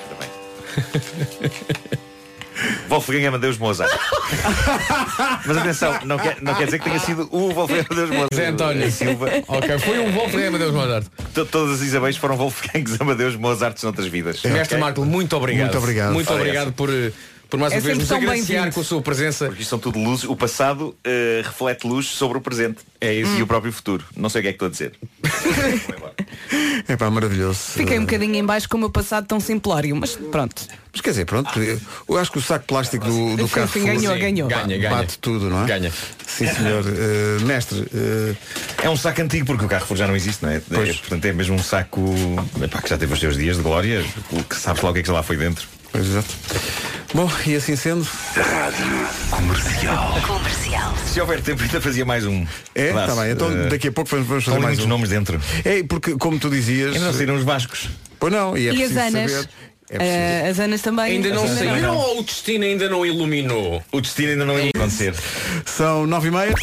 S9: Ora bem. Wolfgang Amadeus Mozart. Mas atenção, não quer, não quer dizer que tenha sido o Wolfgang Amadeus Mozart.
S5: Zé António.
S9: Silva.
S5: Ok, foi um bom programa, Deus Mozart.
S9: To- Todas as Isabéis foram Wolfgangs Amadeus Mozart noutras vidas.
S5: Mestre
S9: Ok?
S5: Marco, muito obrigado.
S1: Muito obrigado.
S5: Muito
S9: Olha
S5: obrigado
S9: essa.
S5: por, eh, por mais
S3: É
S5: uma vez
S3: sempre
S5: nos
S3: tão
S5: agraciar
S3: bem-vindo.
S5: com a sua presença.
S9: Porque isto são tudo luzes. O passado eh, reflete luz sobre o presente. É isso. E o próprio futuro. Não sei o que é que estou a dizer. Vou embora.
S1: É pá, maravilhoso.
S3: Fiquei um bocadinho em baixo com o meu passado tão simplório, mas pronto.
S1: Mas quer dizer, pronto, eu acho que o saco de plástico do, do
S3: Enfim,
S1: Carrefour
S3: Assim, ganhou,
S5: Sim,
S3: ganhou.
S5: Ganha, ganha.
S1: bate tudo, não é?
S5: Ganha.
S1: Sim, senhor. Eh, mestre, eh,
S9: É um saco antigo porque o Carrefour já não existe, não é?
S1: Pois.
S9: É, portanto é mesmo um saco epá, que já teve os seus dias de glória, o que sabes lá o que é que lá foi dentro.
S1: pois exato. Bom, e assim sendo,
S11: Comercial.
S4: Comercial.
S9: Se houver tempo ainda fazia mais um.
S1: é, está
S5: Tá
S1: bem. Então
S9: eh,
S1: daqui a pouco vamos- vamos
S9: estão
S1: fazer
S9: ali
S1: mais
S9: muitos
S1: um.
S9: nomes dentro.
S1: É, porque como tu dizias,
S9: Ainda não saíram os Vascos.
S1: pois não, e é
S3: E as
S1: preciso
S3: Anas?
S1: saber. É preciso.
S3: Ah, as Anas também.
S5: Ainda não
S3: As Anas
S5: saíram ou o destino ainda não iluminou?
S9: O destino ainda não ia acontecer.
S1: São nove e meia.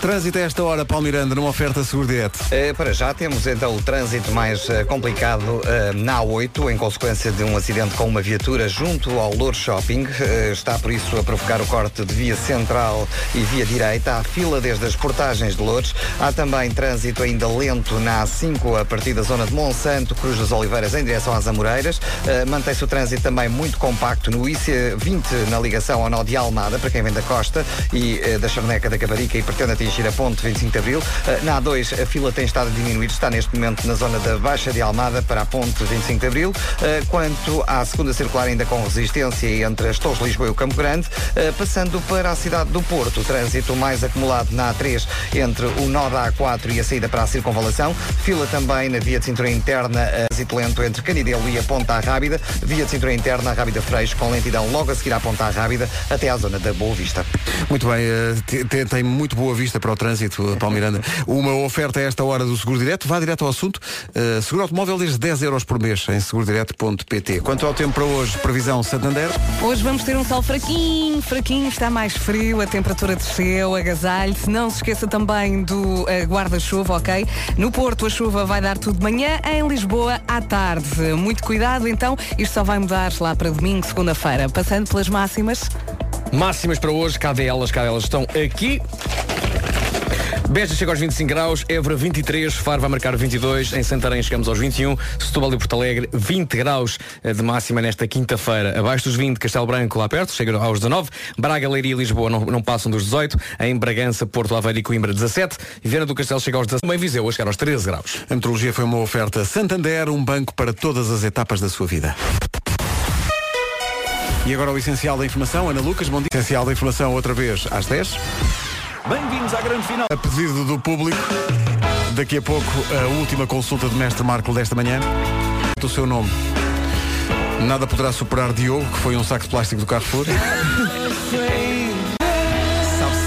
S1: Trânsito a esta hora, Paulo Miranda, numa oferta seguro direto.
S2: Eh, para já temos então o trânsito mais eh, complicado eh, na A8, em consequência de um acidente com uma viatura junto ao Lour Shopping. Eh, está por isso a provocar o corte de via central e via direita. Há fila desde as portagens de Loures. Há também trânsito ainda lento na A5, a partir da zona de Monsanto, Cruz das Oliveiras, em direção às Amoreiras. Eh, Mantém-se o trânsito também muito compacto no IC20, na ligação ao nó de Almada, para quem vem da Costa e eh, da Charneca da Caparica e pretende atingir a ponte 25 de Abril. Eh, na A2, a fila tem estado a diminuir, está neste momento na zona da Baixa de Almada para a ponte 25 de Abril. Eh, quanto à segunda circular, ainda com resistência entre as Torres de Lisboa e o Campo Grande, eh, passando para a cidade do Porto, o trânsito mais acumulado na A3 entre o nó da A4 e a saída para a circunvalação, fila também na via de cintura interna, eh, trânsito lento entre Canidelo e a Ponta Rábida, via de cintura interna, a Rábida Freixo, com lentidão logo a seguir à Ponta Rábida, até à zona da Boa Vista.
S1: Muito bem, eh, te- te- tem muito boa vista para o trânsito, eh, Paulo Miranda. Uma oferta a esta hora do Seguro Direto, vá direto ao assunto. Eh, seguro automóvel desde 10 euros por mês em segurodireto.pt. Quanto ao tempo para hoje, previsão Santander.
S3: Hoje vamos ter um sol fraquinho, fraquinho, está mais frio, a temperatura desceu, agasalhe-se. Não se esqueça também do eh, guarda-chuva, ok? No Porto a chuva vai dar tudo de manhã, em Lisboa à tarde. Muito cuidado então, isto só vai mudar lá para domingo, segunda-feira. Passando pelas máximas,
S5: Máximas para hoje, cá delas, cá delas estão aqui. Beja chega aos 25 graus, Évora 23, Faro vai marcar 22, em Santarém chegamos aos 21, Setúbal e Porto Alegre 20 graus eh, de máxima nesta quinta-feira. Abaixo dos 20, Castelo Branco lá perto, chega aos 19, Braga, Leiria e Lisboa não, não passam dos 18, em Bragança, Porto Aveiro e Coimbra 17, Viana do Castelo chega aos 17, também Viseu a chegar aos 13 graus.
S1: A metrologia foi uma oferta Santander, um banco para todas as etapas da sua vida. E agora o essencial da informação, Ana Lucas, bom dia. Essencial da informação outra vez às 10.
S9: Bem-vindos à grande final.
S1: A pedido do público, daqui a pouco a última consulta de Mestre Marco desta manhã. O seu nome. Nada poderá superar Diogo, que foi um saco de plástico do Carrefour. Sabe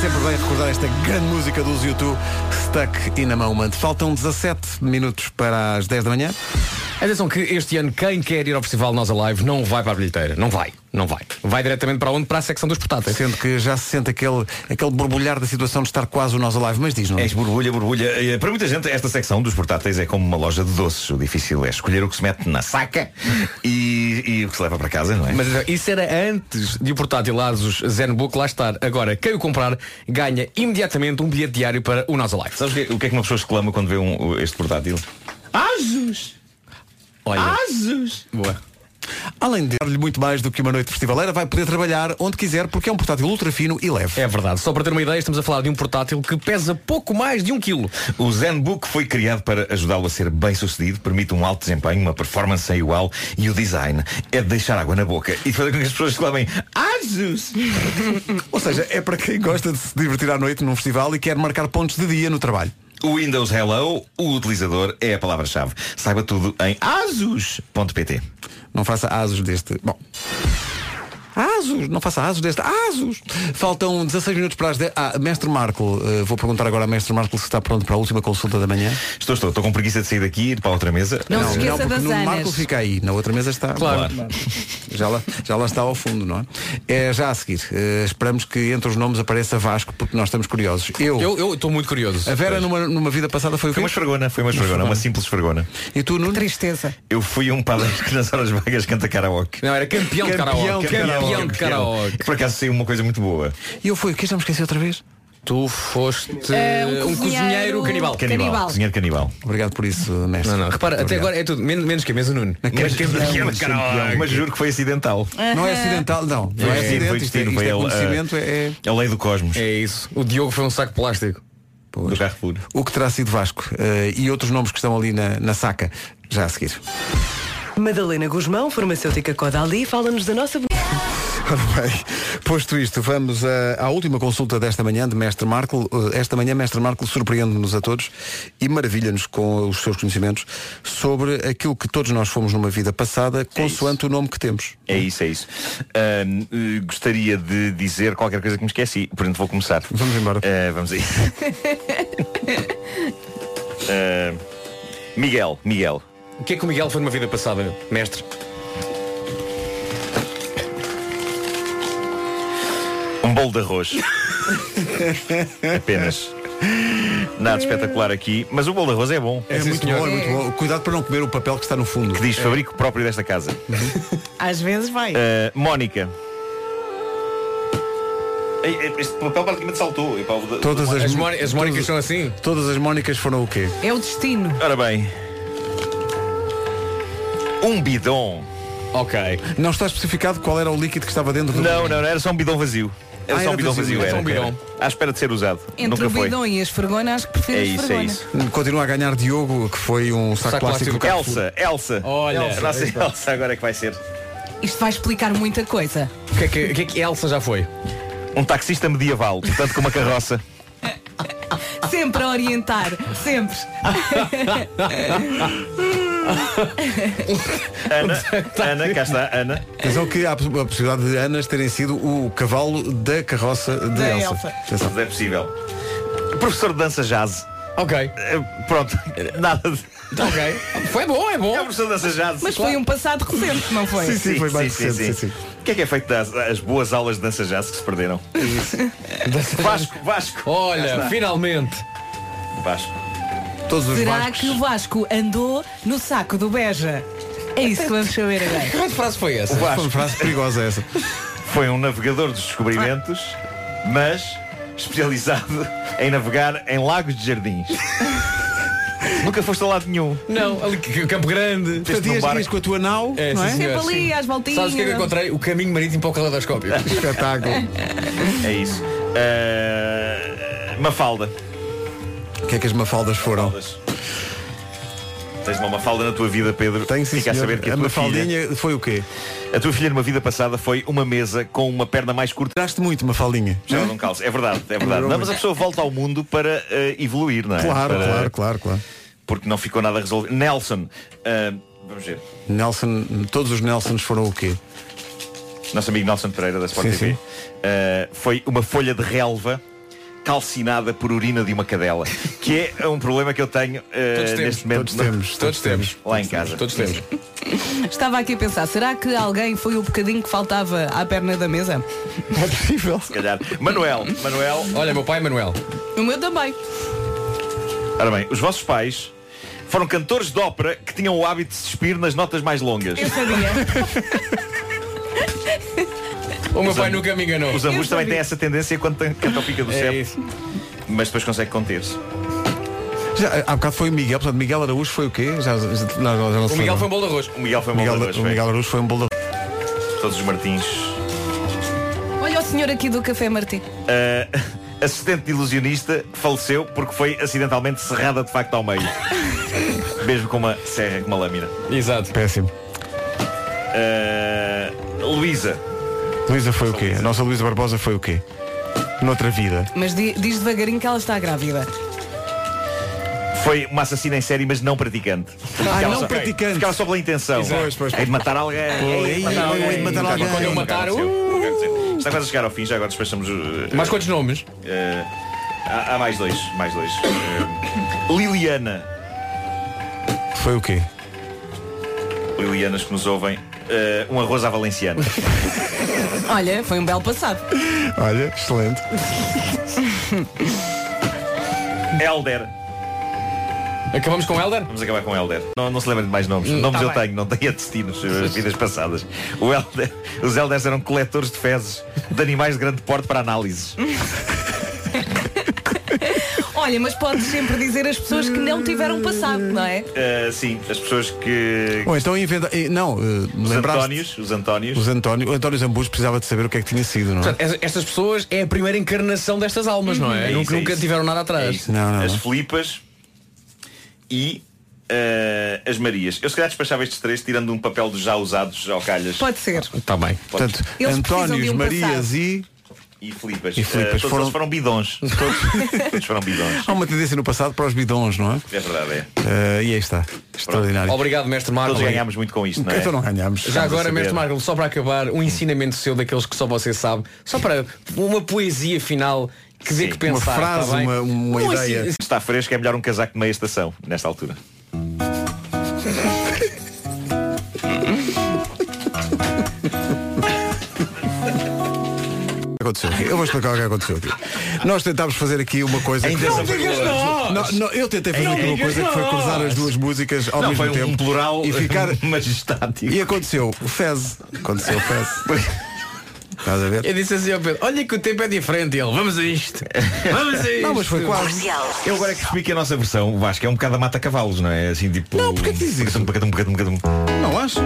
S1: sempre bem recordar esta grande música dos YouTube, Stuck e na mão mante. Faltam 17 minutos para as 10 da manhã.
S5: Atenção que este ano quem quer ir ao Festival Nós Alive não vai para a bilheteira, não vai, não vai. Vai diretamente para onde? Para a secção dos portáteis.
S1: Sendo que já se sente aquele, aquele borbulhar da situação de estar quase o nós alive, mas diz, não
S9: É
S1: é?
S9: isto, borbulha, borbulha. Eh, Para muita gente, esta secção dos portáteis é como uma loja de doces. O difícil é escolher o que se mete na saca e, e o que se leva para casa, não é?
S5: Mas então, isso era antes de o portátil Asus ZenBook lá estar. Agora, quem o comprar ganha imediatamente um bilhete diário para o Nós Alive.
S9: Sabes o que, o que é que uma pessoa exclama quando vê um, este portátil?
S5: Asus! Olha.
S3: Ah!
S1: Asus!
S5: Boa.
S1: Além de dar-lhe muito mais do que uma noite festivaleira, vai poder trabalhar onde quiser porque é um portátil ultra fino e leve.
S5: É verdade. Só para ter uma ideia, estamos a falar de um portátil que pesa pouco mais de um quilo.
S9: O ZenBook foi criado para ajudá-lo a ser bem sucedido, permite um alto desempenho, uma performance sem igual e o design é de deixar água na boca e de fazer com que as pessoas exclamem
S1: Ah,
S9: Asus!
S1: Ou seja, é para quem gosta de se divertir à noite num festival e quer marcar pontos de dia no trabalho.
S9: O Windows Hello, o utilizador é a palavra-chave. Saiba tudo em asus.pt.
S1: Não faça asos deste. Bom. Asos, não faça asos deste. Asos! Faltam 16 minutos para as 10. Ah, Mestre Marco, eh, vou perguntar agora ao Mestre Marco se está pronto para a última consulta da manhã.
S9: Estou, estou, estou com preguiça de sair daqui e ir para outra mesa.
S3: Não se esqueça
S1: porque
S3: das
S1: no
S3: anas.
S1: Marco fica aí, na outra mesa está.
S9: Claro.
S1: Já lá, já lá está ao fundo, não é? É já a seguir. Eh, esperamos que entre os nomes apareça Vasco, porque nós estamos curiosos. Eu,
S5: Eu estou muito curioso.
S1: a Vera, numa, numa vida passada foi o
S9: Foi
S1: quê?
S9: uma esfregona, foi uma esfregona, uma simples esfregona.
S1: E tu, Nuno?
S3: Tristeza.
S9: Eu fui um padeiro que nas horas vagas canta karaoke.
S5: Não, era campeão, de karaoke. campeão de karaoke.
S9: Por acaso saiu uma coisa muito boa.
S1: E eu fui, o que já me esqueci outra vez?
S5: Tu foste
S3: É,
S5: um, cozinheiro,
S9: Canibal.
S5: canibal.
S3: Canibal.
S9: Cozinheiro canibal.
S1: Obrigado por isso, Mestre.
S5: Não, não, repara, até agora é tudo. Menos, menos que a mesa Nuno.
S9: Mas,
S5: campeão de karaoke.
S9: mas juro que foi acidental.
S1: Não é acidental, não. Não é
S9: destino,
S1: acidente, isto é,
S9: destino, eh,
S1: isto é
S9: a-
S1: conhecimento, é, é-
S9: a, lei do cosmos,
S5: É isso. O Diogo foi um saco de plástico.
S9: do Carrefour.
S1: O que terá sido Vasco eh, e outros nomes que estão ali na, na saca, já a seguir.
S7: Madalena Guzmão, farmacêutica Codali, fala-nos da nossa
S1: Ora bem, posto isto, vamos eh, à última consulta desta manhã de Mestre Marco. Eh, esta manhã, Mestre Marco surpreende-nos a todos e maravilha-nos com os seus conhecimentos sobre aquilo que todos nós fomos numa vida passada, consoante o nome que temos.
S9: É isso, é isso. Ahm, eh, gostaria de dizer qualquer coisa que me esqueci. Portanto, vou começar.
S1: Vamos embora.
S9: Eh, vamos aí. Ahm, Eh, Miguel, Miguel.
S5: O que é que o Miguel foi numa vida passada, mestre?
S9: Um bolo de arroz. Apenas. Nada de espetacular aqui, mas o bolo de arroz é bom.
S1: É, muito bom, é muito bom. Cuidado para não comer o papel que está no fundo.
S9: Que diz fabrico próprio desta casa.
S3: Às vezes vai.
S9: Ah, Mónica. Ei, ei, Este papel praticamente saltou. Epá, o da-
S1: Todas as,
S5: As, Móni- as Mónicas
S1: todas-
S5: são assim?
S1: Todas as Mónicas foram o quê?
S3: É o destino.
S9: Ora bem. Um bidon.
S5: Ok.
S1: Não está especificado qual era o líquido que estava dentro do
S9: Não, não, não, era só um bidon vazio.
S1: Ah,
S9: Era só um
S1: era
S9: bidon
S1: vazio,
S9: vazio,
S1: era
S9: era.
S5: só um
S9: era.
S5: bidon.
S9: À espera de ser usado.
S3: Entre
S9: Nunca
S3: o
S9: foi.
S3: bidão e um a esfregona, acho que prefiro
S9: É
S3: a
S9: isso, é
S3: esfregona.
S9: isso.
S1: Continua a ganhar Diogo, que foi um saco,
S5: Saco
S1: plástico. do
S5: plástico.
S1: Carrefour.
S9: Elsa, Elsa.
S5: Olha.
S9: Elsa, nossa Elsa agora é que vai ser.
S3: Isto vai explicar muita coisa.
S5: O que é que, o que, é que Elsa já foi?
S9: Um taxista medieval, portanto com uma carroça.
S3: Sempre a orientar. Sempre.
S5: Um
S9: Ana, Ana, cá está, Ana.
S1: Atenção que há a poss- a possibilidade de Anas terem sido o cavalo da carroça de
S3: Da
S1: Elsa.
S3: Elsa.
S1: Atenção.
S9: Mas é possível. Professor de dança jazz.
S5: Ok.
S9: Eh, Pronto, nada de.
S5: Ok. Foi bom, é
S9: É o
S5: bom.
S9: professor de dança jazz.
S3: Mas foi um passado recente, não foi?
S1: Sim, sim, foi mais recente, sim,
S9: O que é que é feito das as boas aulas de dança jazz que se perderam? Vasco, Vasco. Cá
S5: Olha,
S9: está.
S5: finalmente.
S9: Vasco.
S1: Todos os
S3: Será
S1: vascos.
S3: que o Vasco andou no saco do Beja? É isso que vamos saber agora.
S5: Que raio de frase foi essa?
S1: Foi uma frase perigosa é essa.
S9: Foi um navegador dos descobrimentos, mas especializado em navegar em lagos de jardins. Nunca foste a lado nenhum.
S5: Não, ali que- que- Campo Grande.
S1: Portanto,
S9: num
S1: ias,
S9: barco.
S1: ias com a tua nau,
S5: É,
S1: não
S5: sim,
S1: é?
S5: senhor.
S3: Sempre ali, às
S5: Sabes o que é que eu
S3: voltinhas.
S5: encontrei? O caminho marítimo para o caleidoscópio.
S1: Espetáculo.
S9: É isso. Ah, Mafalda.
S1: O que é que as mafaldas foram?
S9: Tens uma mafalda na tua vida, Pedro.
S1: Tenho sim,
S9: Fica a
S1: senhor.
S9: saber que a,
S1: a
S9: tua filha,
S1: mafaldinha foi o quê?
S9: a tua filha numa vida passada foi uma mesa com uma perna mais curta.
S1: Tiraste muito mafaldinha.
S9: Já não calça. É verdade, é verdade. Não, mas a pessoa volta ao mundo para eh, evoluir, não é?
S1: Claro,
S9: Para-
S1: claro, claro, claro.
S9: Porque não ficou nada resolvido. Nelson, ah, vamos ver.
S1: Nelson, todos os Nelsons foram o quê?
S9: Nosso amigo Nelson Pereira da Sport
S1: Sim,
S9: TV.
S1: sim.
S9: ah, foi uma folha de relva calcinada por urina de uma cadela. Que é um problema que eu tenho ah,
S5: Todos temos,
S9: neste momento.
S1: todos temos.
S5: Todos temos.
S9: Lá em casa.
S5: Todos temos.
S3: Estava aqui a pensar, será que alguém foi o bocadinho que faltava à perna da mesa?
S1: É possível.
S9: Se calhar. Manuel, Manuel.
S5: Olha, meu pai Manuel.
S3: O meu também.
S9: Ora bem, os vossos pais foram cantores de ópera que tinham o hábito de se despir nas notas mais longas.
S3: Eu sabia.
S5: O meu pai nunca me enganou.
S9: Os avós também têm essa tendência quando tem- cantam pica do
S5: É
S9: céu.
S5: isso.
S9: Mas depois consegue conter-se.
S1: Já, há bocado foi o Miguel, portanto, Miguel Araújo foi o quê? Já, já, já, não, já não
S5: O
S1: sei.
S5: Miguel foi um bolo de arroz.
S9: O Miguel foi um
S1: Miguel-
S9: bolo de arroz,
S1: O
S9: foi.
S1: Miguel Araújo foi um bolo de arroz.
S9: Todos os Martins.
S3: Olha o senhor aqui do Café Martim.
S9: Ah, assistente de ilusionista faleceu porque foi acidentalmente serrada de facto ao meio. Mesmo com uma serra, com uma lâmina.
S5: Exato.
S1: Péssimo.
S9: Ah, Luísa.
S1: Luísa foi o quê? A nossa Luísa Barbosa foi o quê? Noutra vida.
S3: Mas di- diz devagarinho que ela está grávida.
S9: Foi uma assassina em série, mas não praticante. Ficava
S1: Ah, não
S9: só-
S1: praticante.
S9: Ficava só pela intenção.
S1: Exato. Pois, pois, pois.
S9: É de matar alguém. É de matar
S1: Ui,
S9: alguém.
S1: é de matar uh!
S9: Nunca
S1: alguém.
S9: aconteceu,
S1: Quando
S9: nunca
S5: mataram,
S9: aconteceu, nunca aconteceu. Está quase a chegar ao fim, já agora despachamos. uh,
S5: Mais quantos nomes?
S9: Eh, há, há mais dois, mais dois. Eh, Liliana.
S1: Foi o quê?
S9: Lilianas que nos ouvem. eh, um arroz à valenciana.
S3: Olha, foi um belo passado.
S1: Olha, excelente.
S9: Elder.
S5: Acabamos com Helder?
S9: Vamos acabar com Elder. Não, não se lembra de mais nomes.
S5: Hum,
S9: nomes
S5: tá
S9: eu
S5: bem.
S9: tenho, não tenho a destinos, eh, as vidas passadas. O Elder- os Elders eram coletores de fezes de animais de grande porte para análises.
S3: Olha, mas podes sempre dizer às pessoas que não tiveram passado, não é?
S9: Eh, sim, as pessoas que.
S1: Bom, então inventa. eh, Não, eh,
S9: Os
S1: lembraste.
S9: Antónios, os Antónios.
S1: Os António, o António Zambus precisava de saber o que é que tinha sido, não é?
S5: Portanto, es- estas pessoas é a primeira encarnação destas almas, não é?
S9: É
S5: nunca
S9: isso, é
S5: nunca
S9: isso.
S5: tiveram nada
S9: É
S5: atrás.
S9: isso.
S1: Não, não,
S9: as
S1: não.
S9: Filipas e eh, as Marias. Eu se calhar despachava estes três tirando um papel dos já usados ao calhas.
S3: Pode ser.
S5: Está bem.
S1: Ah, tá
S9: Podes.
S1: Portanto,
S3: Eles precisam
S1: Antónios,
S3: de um
S1: Marias
S3: passado.
S1: e.
S9: E Filipas.
S1: E Filipas
S9: Eh, todos
S1: foram-
S9: eles foram bidons. Todos, todos foram bidons.
S1: Há uma tendência no passado para os bidons, não é?
S9: É verdade, é.
S1: Eh, e aí está. Extraordinário.
S5: Obrigado, mestre Marco.
S9: Todos ganhámos muito com isto, não é?
S1: Então não ganhámos.
S5: Já
S9: Vamos a
S5: agora,
S9: saber.
S5: mestre Marco, só para acabar, um ensinamento seu daqueles que só você sabe, só para uma poesia final que dê
S9: Sim,
S5: que
S1: Uma
S5: pensar.
S1: frase,
S5: tá bem?
S1: uma, uma
S5: Um
S1: ideia.
S5: ensi-
S9: Está fresco, é melhor um casaco de meia estação, nesta altura.
S1: é aconteceu aqui? Eu vou explicar o que aconteceu aqui. Nós tentámos fazer aqui uma coisa que...
S9: Não digas nós!
S1: Não, não, eu tentei fazer
S9: Não
S1: aqui uma
S9: digas
S1: coisa que foi cruzar as duas músicas ao
S9: Não,
S1: mesmo
S9: foi um
S1: tempo.
S9: plural
S1: E ficar...
S9: majestático.
S1: E aconteceu. Fez. Aconteceu Fez. Estás a ver?
S5: Eu disse assim ao Pedro, olha que o tempo é diferente, e ele, vamos a isto. Vamos a isto.
S1: Não, mas foi quase.
S4: Comercial.
S9: Eu agora é que explico a nossa versão, o Vasco, é um bocado a mata-cavalos, não é? Assim, tipo...
S1: Não, porque é que dizes isso?
S9: Um bocadinho, um bocadinho, um bocadinho.
S1: Não acho.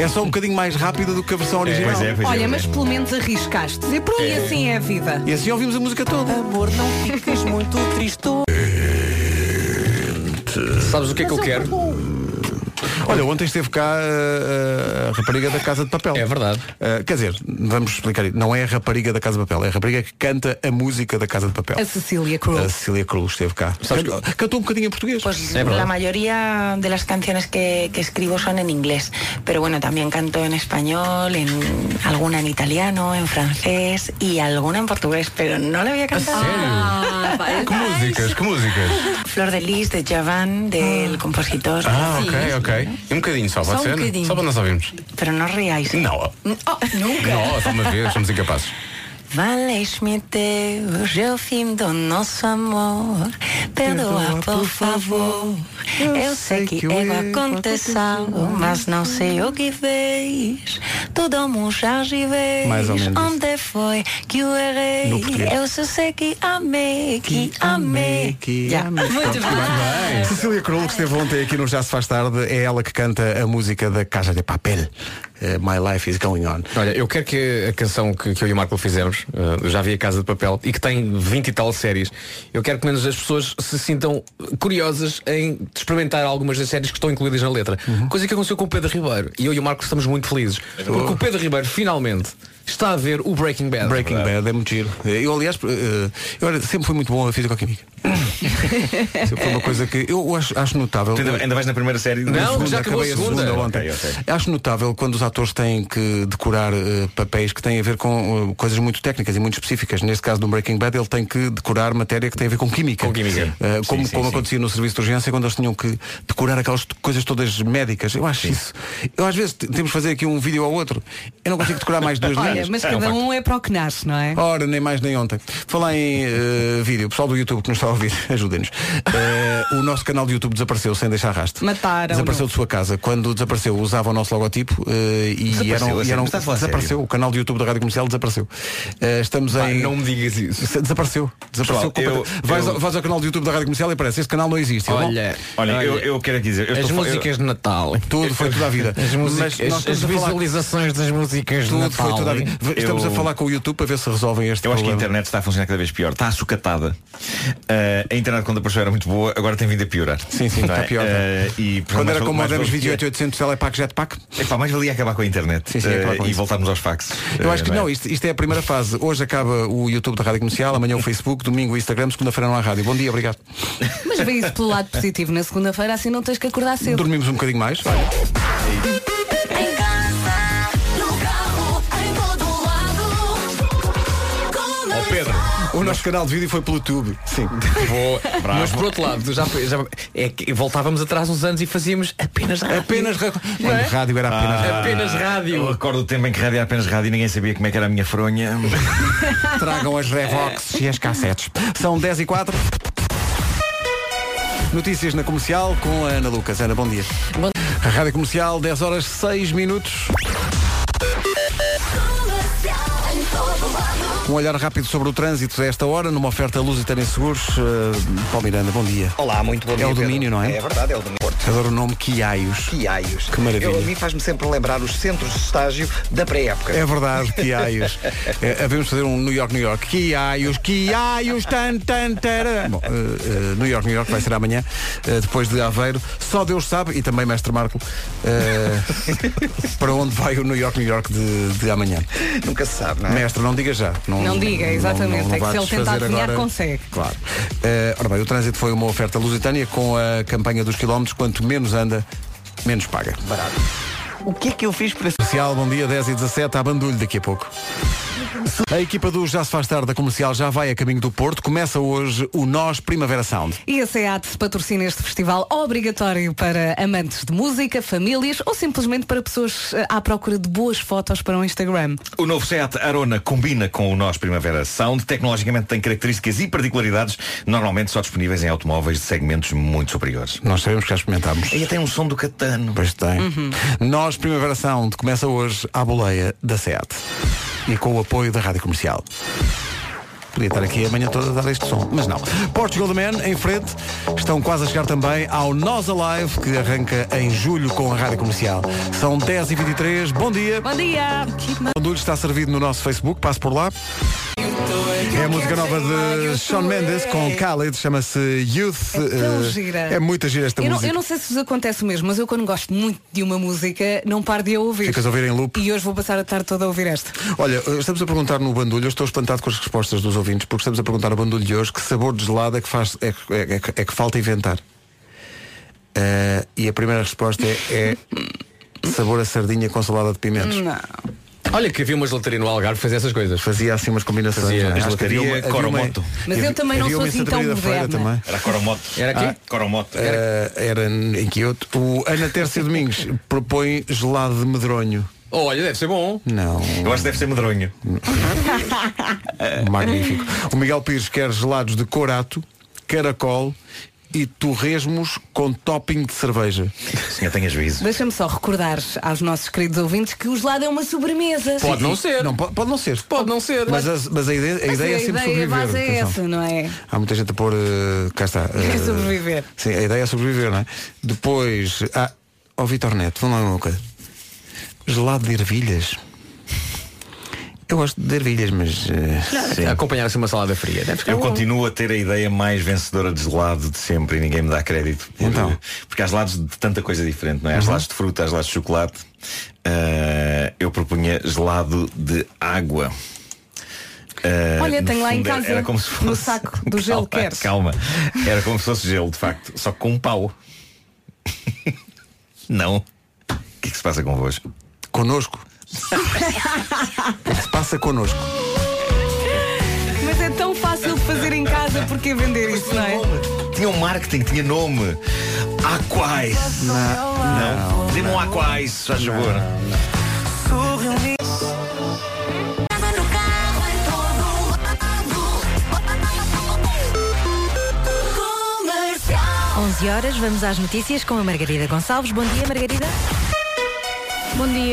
S1: É só um bocadinho mais rápida do que a versão original.
S9: Pois é, pois é,
S3: Olha,
S9: pois
S3: mas
S9: é.
S3: pelo menos arriscaste. E, pronto, e assim é a vida.
S1: E assim ouvimos a música toda.
S7: Amor, não fiques muito triste.
S5: Sabes o que é que eu quero?
S1: Olha, ontem esteve cá eh, eh, a rapariga da Casa de Papel.
S5: É verdade.
S1: Eh, quer dizer, vamos explicar isso. Não é a rapariga da Casa de Papel, é a rapariga que canta a música da Casa de Papel.
S3: A Cecília Cruz.
S1: A Cecília Cruz esteve cá.
S5: Sabes
S1: Cantou, cantou um bocadinho em português.
S5: É verdad.
S12: Eh, pues la mayoría de las canciones que, que escribo son en inglés, pero bueno, también canto en español, en alguna en italiano, en francés y alguna en portugués, pero no la había cantado.
S3: Ah, pá,
S11: Que músicas, que músicas?
S12: Flor de Lis de Javan, del compositor.
S11: Ah, ok, ok. E um bocadinho só, pode
S7: Só um
S11: ser?
S7: bocadinho.
S11: Só para nós ouvirmos.
S12: Pero no os reáis.
S11: Não. Não, só uma vez, somos incapazes.
S12: Valeix-me hoje é o fim do nosso amor. Perdoa, por favor. Eu sei que eu aconteceu, mas não sei o que fez. Todo mundo já viveu.
S1: Mais ou menos isso.
S12: Onde foi que eu errei?
S1: No português.
S12: Eu só sei que amei, que, amei.
S1: é que
S12: Já.
S1: amei. Pronto, muito bem. Cecília Cruz, que esteve ontem aqui no Já Se Faz Tarde, é ela que canta a música da Casa de Papel. Eh, My Life is Going On.
S5: Olha, eu quero que a canção que, que eu e o Marco fizemos, eh, já vi a Casa de Papel, e que tem 20 e tal séries, eu quero que menos as pessoas se sintam curiosas em experimentar algumas das séries que estão incluídas na letra.
S1: Uhum.
S5: Coisa que aconteceu com o Pedro Ribeiro. E eu e o Marco estamos muito felizes.
S1: É
S5: Porque o Pedro Ribeiro finalmente está a ver o Breaking Bad.
S1: Breaking Bad é muito giro. Eu, aliás, eh, eu era- sempre fui muito bom a fisicoquímica. sempre foi uma coisa que eu acho, acho notável.
S9: Tu ainda, ainda vais na primeira série?
S5: Não,
S1: segunda,
S5: já acabou a
S1: acabei
S5: segunda.
S1: ontem.
S9: Ok, ok.
S1: Acho notável quando os atores têm que decorar eh, papéis que têm a ver com eh, coisas muito técnicas e muito específicas. Neste caso do Breaking Bad, ele tem que decorar matéria que tem a ver com química.
S5: Com química.
S1: Eh,
S9: Sim,
S1: como
S9: sim,
S1: como
S9: sim.
S1: acontecia no serviço de urgência, quando eles tinham que decorar aquelas t- coisas todas médicas. Eu acho isso. Eu às vezes t- temos de fazer aqui um vídeo ao outro. Eu não consigo decorar mais duas
S3: Olha,
S1: linhas.
S3: mas
S9: Ah,
S3: cada um é para o que nasce, não é?
S1: Ora, nem mais nem ontem. Falar em eh, vídeo, pessoal do YouTube que nos está a ouvir, ajudem-nos. Eh, Eh, o nosso canal de YouTube desapareceu sem deixar rastro.
S3: Mataram.
S1: Desapareceu de sua casa. Quando desapareceu, usava o nosso logotipo eh, e
S9: Desapareceu, assim,
S1: eram.
S9: a
S1: e
S9: sério?
S1: eram-
S9: Estás a falar sério?
S1: desapareceu. O canal de YouTube da Rádio Comercial desapareceu. Eh, estamos em.
S5: não me digas isso.
S1: Desapareceu. Desapareceu.
S9: Pessoal, eu-
S1: completamente. vais,
S9: eu-
S1: ao, vais ao canal do YouTube da Rádio Comercial e aparece. Este canal não existe. é eu não-
S5: Olha,
S9: Olha, eu, eu quero aqui dizer. Eu
S5: as
S9: estou fa-
S5: músicas
S9: eu-
S5: de Natal.
S1: Tudo, foi toda a vida.
S5: As, músicas-
S1: Mas nós
S5: as- as
S1: estamos a falar-
S5: visualizações das músicas de
S1: Tudo
S5: Natal.
S1: foi toda a vida.
S9: Eu-
S1: Estamos a falar com o YouTube para ver se resolvem este
S9: Eu acho que a
S1: problema.
S9: internet está a funcionar cada vez pior. Está sucatada. a internet quando apareceu era muito boa, agora tem vindo a piorar.
S1: Sim, sim,
S9: Não é?
S1: está pior.
S9: Eh, e, portanto,
S1: Quando
S9: mais
S1: era
S9: vale-
S1: com
S9: mais
S1: modems
S9: vale-
S1: 28800 telepack jetpack?
S9: Epá, mais valia acabar com a internet
S1: Sim, é sim,
S9: eh,
S1: acabar com
S9: e
S1: isso.
S9: voltarmos aos faxes.
S1: Eu acho que
S9: Eh,
S1: não, isto, isto é a primeira fase. Hoje acaba o YouTube da Rádio Comercial, amanhã o Facebook, domingo o Instagram, segunda-feira não há rádio. Bom dia, obrigado.
S3: Mas vê isso pelo lado positivo. Na segunda-feira assim não tens que acordar cedo.
S1: Dormimos um bocadinho mais. Olha,
S9: É
S6: Em casa, no carro, em todo lado.
S5: Pedro.
S1: O nosso canal de vídeo foi pelo YouTube. Sim.
S5: Boa. Mas por outro lado, já, foi- já- é que voltávamos atrás uns anos e fazíamos apenas rádio.
S1: Apenas ra- Mano, rádio era apenas
S9: Ah.
S1: rádio.
S5: é? Apenas rádio.
S9: Eu recordo o tempo em que rádio era apenas rádio e ninguém sabia como é que era a minha fronha.
S1: Tragam as Revox e as cassetes. São 10 e 4. Notícias na comercial com a Ana Lucas. Ana, bom dia. A Rádio Comercial, 10 horas 6 minutos. Um olhar rápido sobre o trânsito a esta hora, numa oferta Lusitânia Seguros. Uh, Paulo Miranda, bom dia.
S2: Olá, muito bom
S1: É
S2: dia.
S1: o domínio,
S2: Pedro.
S1: não é?
S2: É verdade, é o domínio. Porto.
S1: Adoro o nome Quiaios.
S2: Quiaios.
S1: Que maravilha.
S2: Eu, a mim faz-me sempre lembrar os centros de estágio da pré-época.
S1: É verdade, Quiaios. é, havemos de fazer um New York, New York. Quiaios, Quiaios, tan, tan, tará. Bom, eh, eh, New York, New York vai ser amanhã, eh, depois de Aveiro. Só Deus sabe, e também Mestre Marco, eh, para onde vai o New York, New York de, de amanhã.
S2: Nunca se sabe, não é?
S1: Mestre, não diga já.
S3: Não diga, exatamente. É que
S1: vá
S3: se ele tentar
S1: desfazer
S3: adivinhar, consegue.
S1: Claro. Eh, ora bem, o trânsito foi uma oferta lusitânia com a campanha dos quilómetros. Quanto menos anda, menos paga.
S2: O que é que eu fiz para
S1: Comercial, bom dia, 10 e 17, há bandulho daqui a pouco. A equipa do Já Se Faz Tarde da Comercial já vai a caminho do Porto. Começa hoje o Nós Primavera Sound.
S3: E a SEAT patrocina este festival obrigatório para amantes de música, famílias ou simplesmente para pessoas eh, à procura de boas fotos para o Instagram.
S9: O novo Seat Arona combina com o nós Primavera Sound. Tecnologicamente tem características e particularidades normalmente só disponíveis em automóveis de segmentos muito superiores.
S1: Nós sabemos que já experimentámos.
S9: E tem um som do Catano.
S1: Pois tem.
S3: Uhum.
S1: Nós Primavera Sound começa hoje à boleia da SEAT. E com o apoio da Rádio Comercial. Podia estar aqui amanhã toda a dar este som, mas não. Portugal The Man, em frente, estão quase a chegar também ao Nós Alive, que arranca em julho com a Rádio Comercial. São 10h23, bom dia.
S3: Bom dia!
S1: O Bandulho está servido no nosso Facebook, passe por lá. É a música nova de Sean Mendes com Khaled, chama-se Youth.
S3: É tão
S1: Eh,
S3: gira.
S1: É muita gira esta
S3: Eu não,
S1: música.
S3: eu não sei se vos acontece o mesmo, mas eu quando gosto muito de uma música, não paro de a ouvir.
S1: Ficas a ouvir em loop.
S3: E hoje vou passar a tarde toda a ouvir esta.
S1: Olha, eh, estamos a perguntar no bandulho, eu estou espantado com as respostas dos ouvintes, porque estamos a perguntar no bandulho de hoje que sabor de gelado é que, faz, é, que- é que- é que falta inventar. Eh, e a primeira resposta é, é sabor a sardinha com salada de pimentos.
S3: Não.
S5: Olha que havia uma gelataria no Algarve que fazia essas coisas.
S1: Fazia assim umas combinações.
S5: Fazia.
S1: não é? Acho que havia
S9: Gelataria
S1: havia
S9: Coromoto.
S3: Mas eu também não
S1: havia
S3: sou
S1: uma
S3: assim tão
S1: enxataria da Feira
S3: moderna.
S1: também.
S9: Era Coromoto.
S5: Era aqui?
S9: Ah, Coromoto.
S1: Eh, era em Quioto. O Ana Tércia Domingos propõe gelado de medronho.
S5: Oh, olha, deve ser bom.
S1: Não,
S9: Eu acho que deve ser medronho.
S1: magnífico. O Miguel Pires quer gelados de corato, caracol e torresmos com topping de cerveja.
S9: Senhor, tenha juízo.
S3: Deixa-me só recordar aos nossos queridos ouvintes que o gelado é uma sobremesa.
S5: Pode não
S1: E-
S5: ser.
S1: Não, pode, pode não ser.
S5: Pode não ser.
S1: Mas a, mas a ideia, a
S3: Mas
S1: ideia é sempre
S3: a
S1: sobreviver.
S3: base é
S1: atenção.
S3: essa, não é?
S1: Há muita gente a pôr. eh, cá está. eh,
S3: É sobreviver.
S1: Sim, a ideia é sobreviver, não é? Depois. Ah, ó Vitor Neto, vamos lá uma coisa. Gelado de ervilhas. Eu gosto de ervilhas, mas. eh, sim.
S5: Acompanhar-se assim uma salada fria. Deve ficar
S9: Eu
S5: bom.
S9: continuo a ter a ideia mais vencedora de gelado de sempre e ninguém me dá crédito. por-
S1: Então. Uhum.
S9: Porque há gelados de tanta coisa diferente, não é? Há gelados de fruta, há gelados de chocolate. Ah, eu propunha gelado de água.
S1: eh,
S9: Ah,
S3: Olha,
S9: no
S3: tenho lá em
S1: é-
S9: fundo, era-
S3: casa,
S9: era como se fosse...
S3: no saco do gelo,
S9: calma,
S3: queres?
S9: Calma, era como se fosse gelo, de facto, só com um pau. não. O que é que se passa convosco?
S1: Conosco. O que se passa connosco?
S3: Mas é tão fácil de fazer em casa porque é vender isso, não é?
S9: Tinha um marketing, tinha nome. Aquais. Não. Dê-me um Aquais, se faz favor.
S6: Comercial.
S12: horas, vamos às notícias com a Margarida Gonçalves. Bom dia, Margarida.
S13: Bom dia.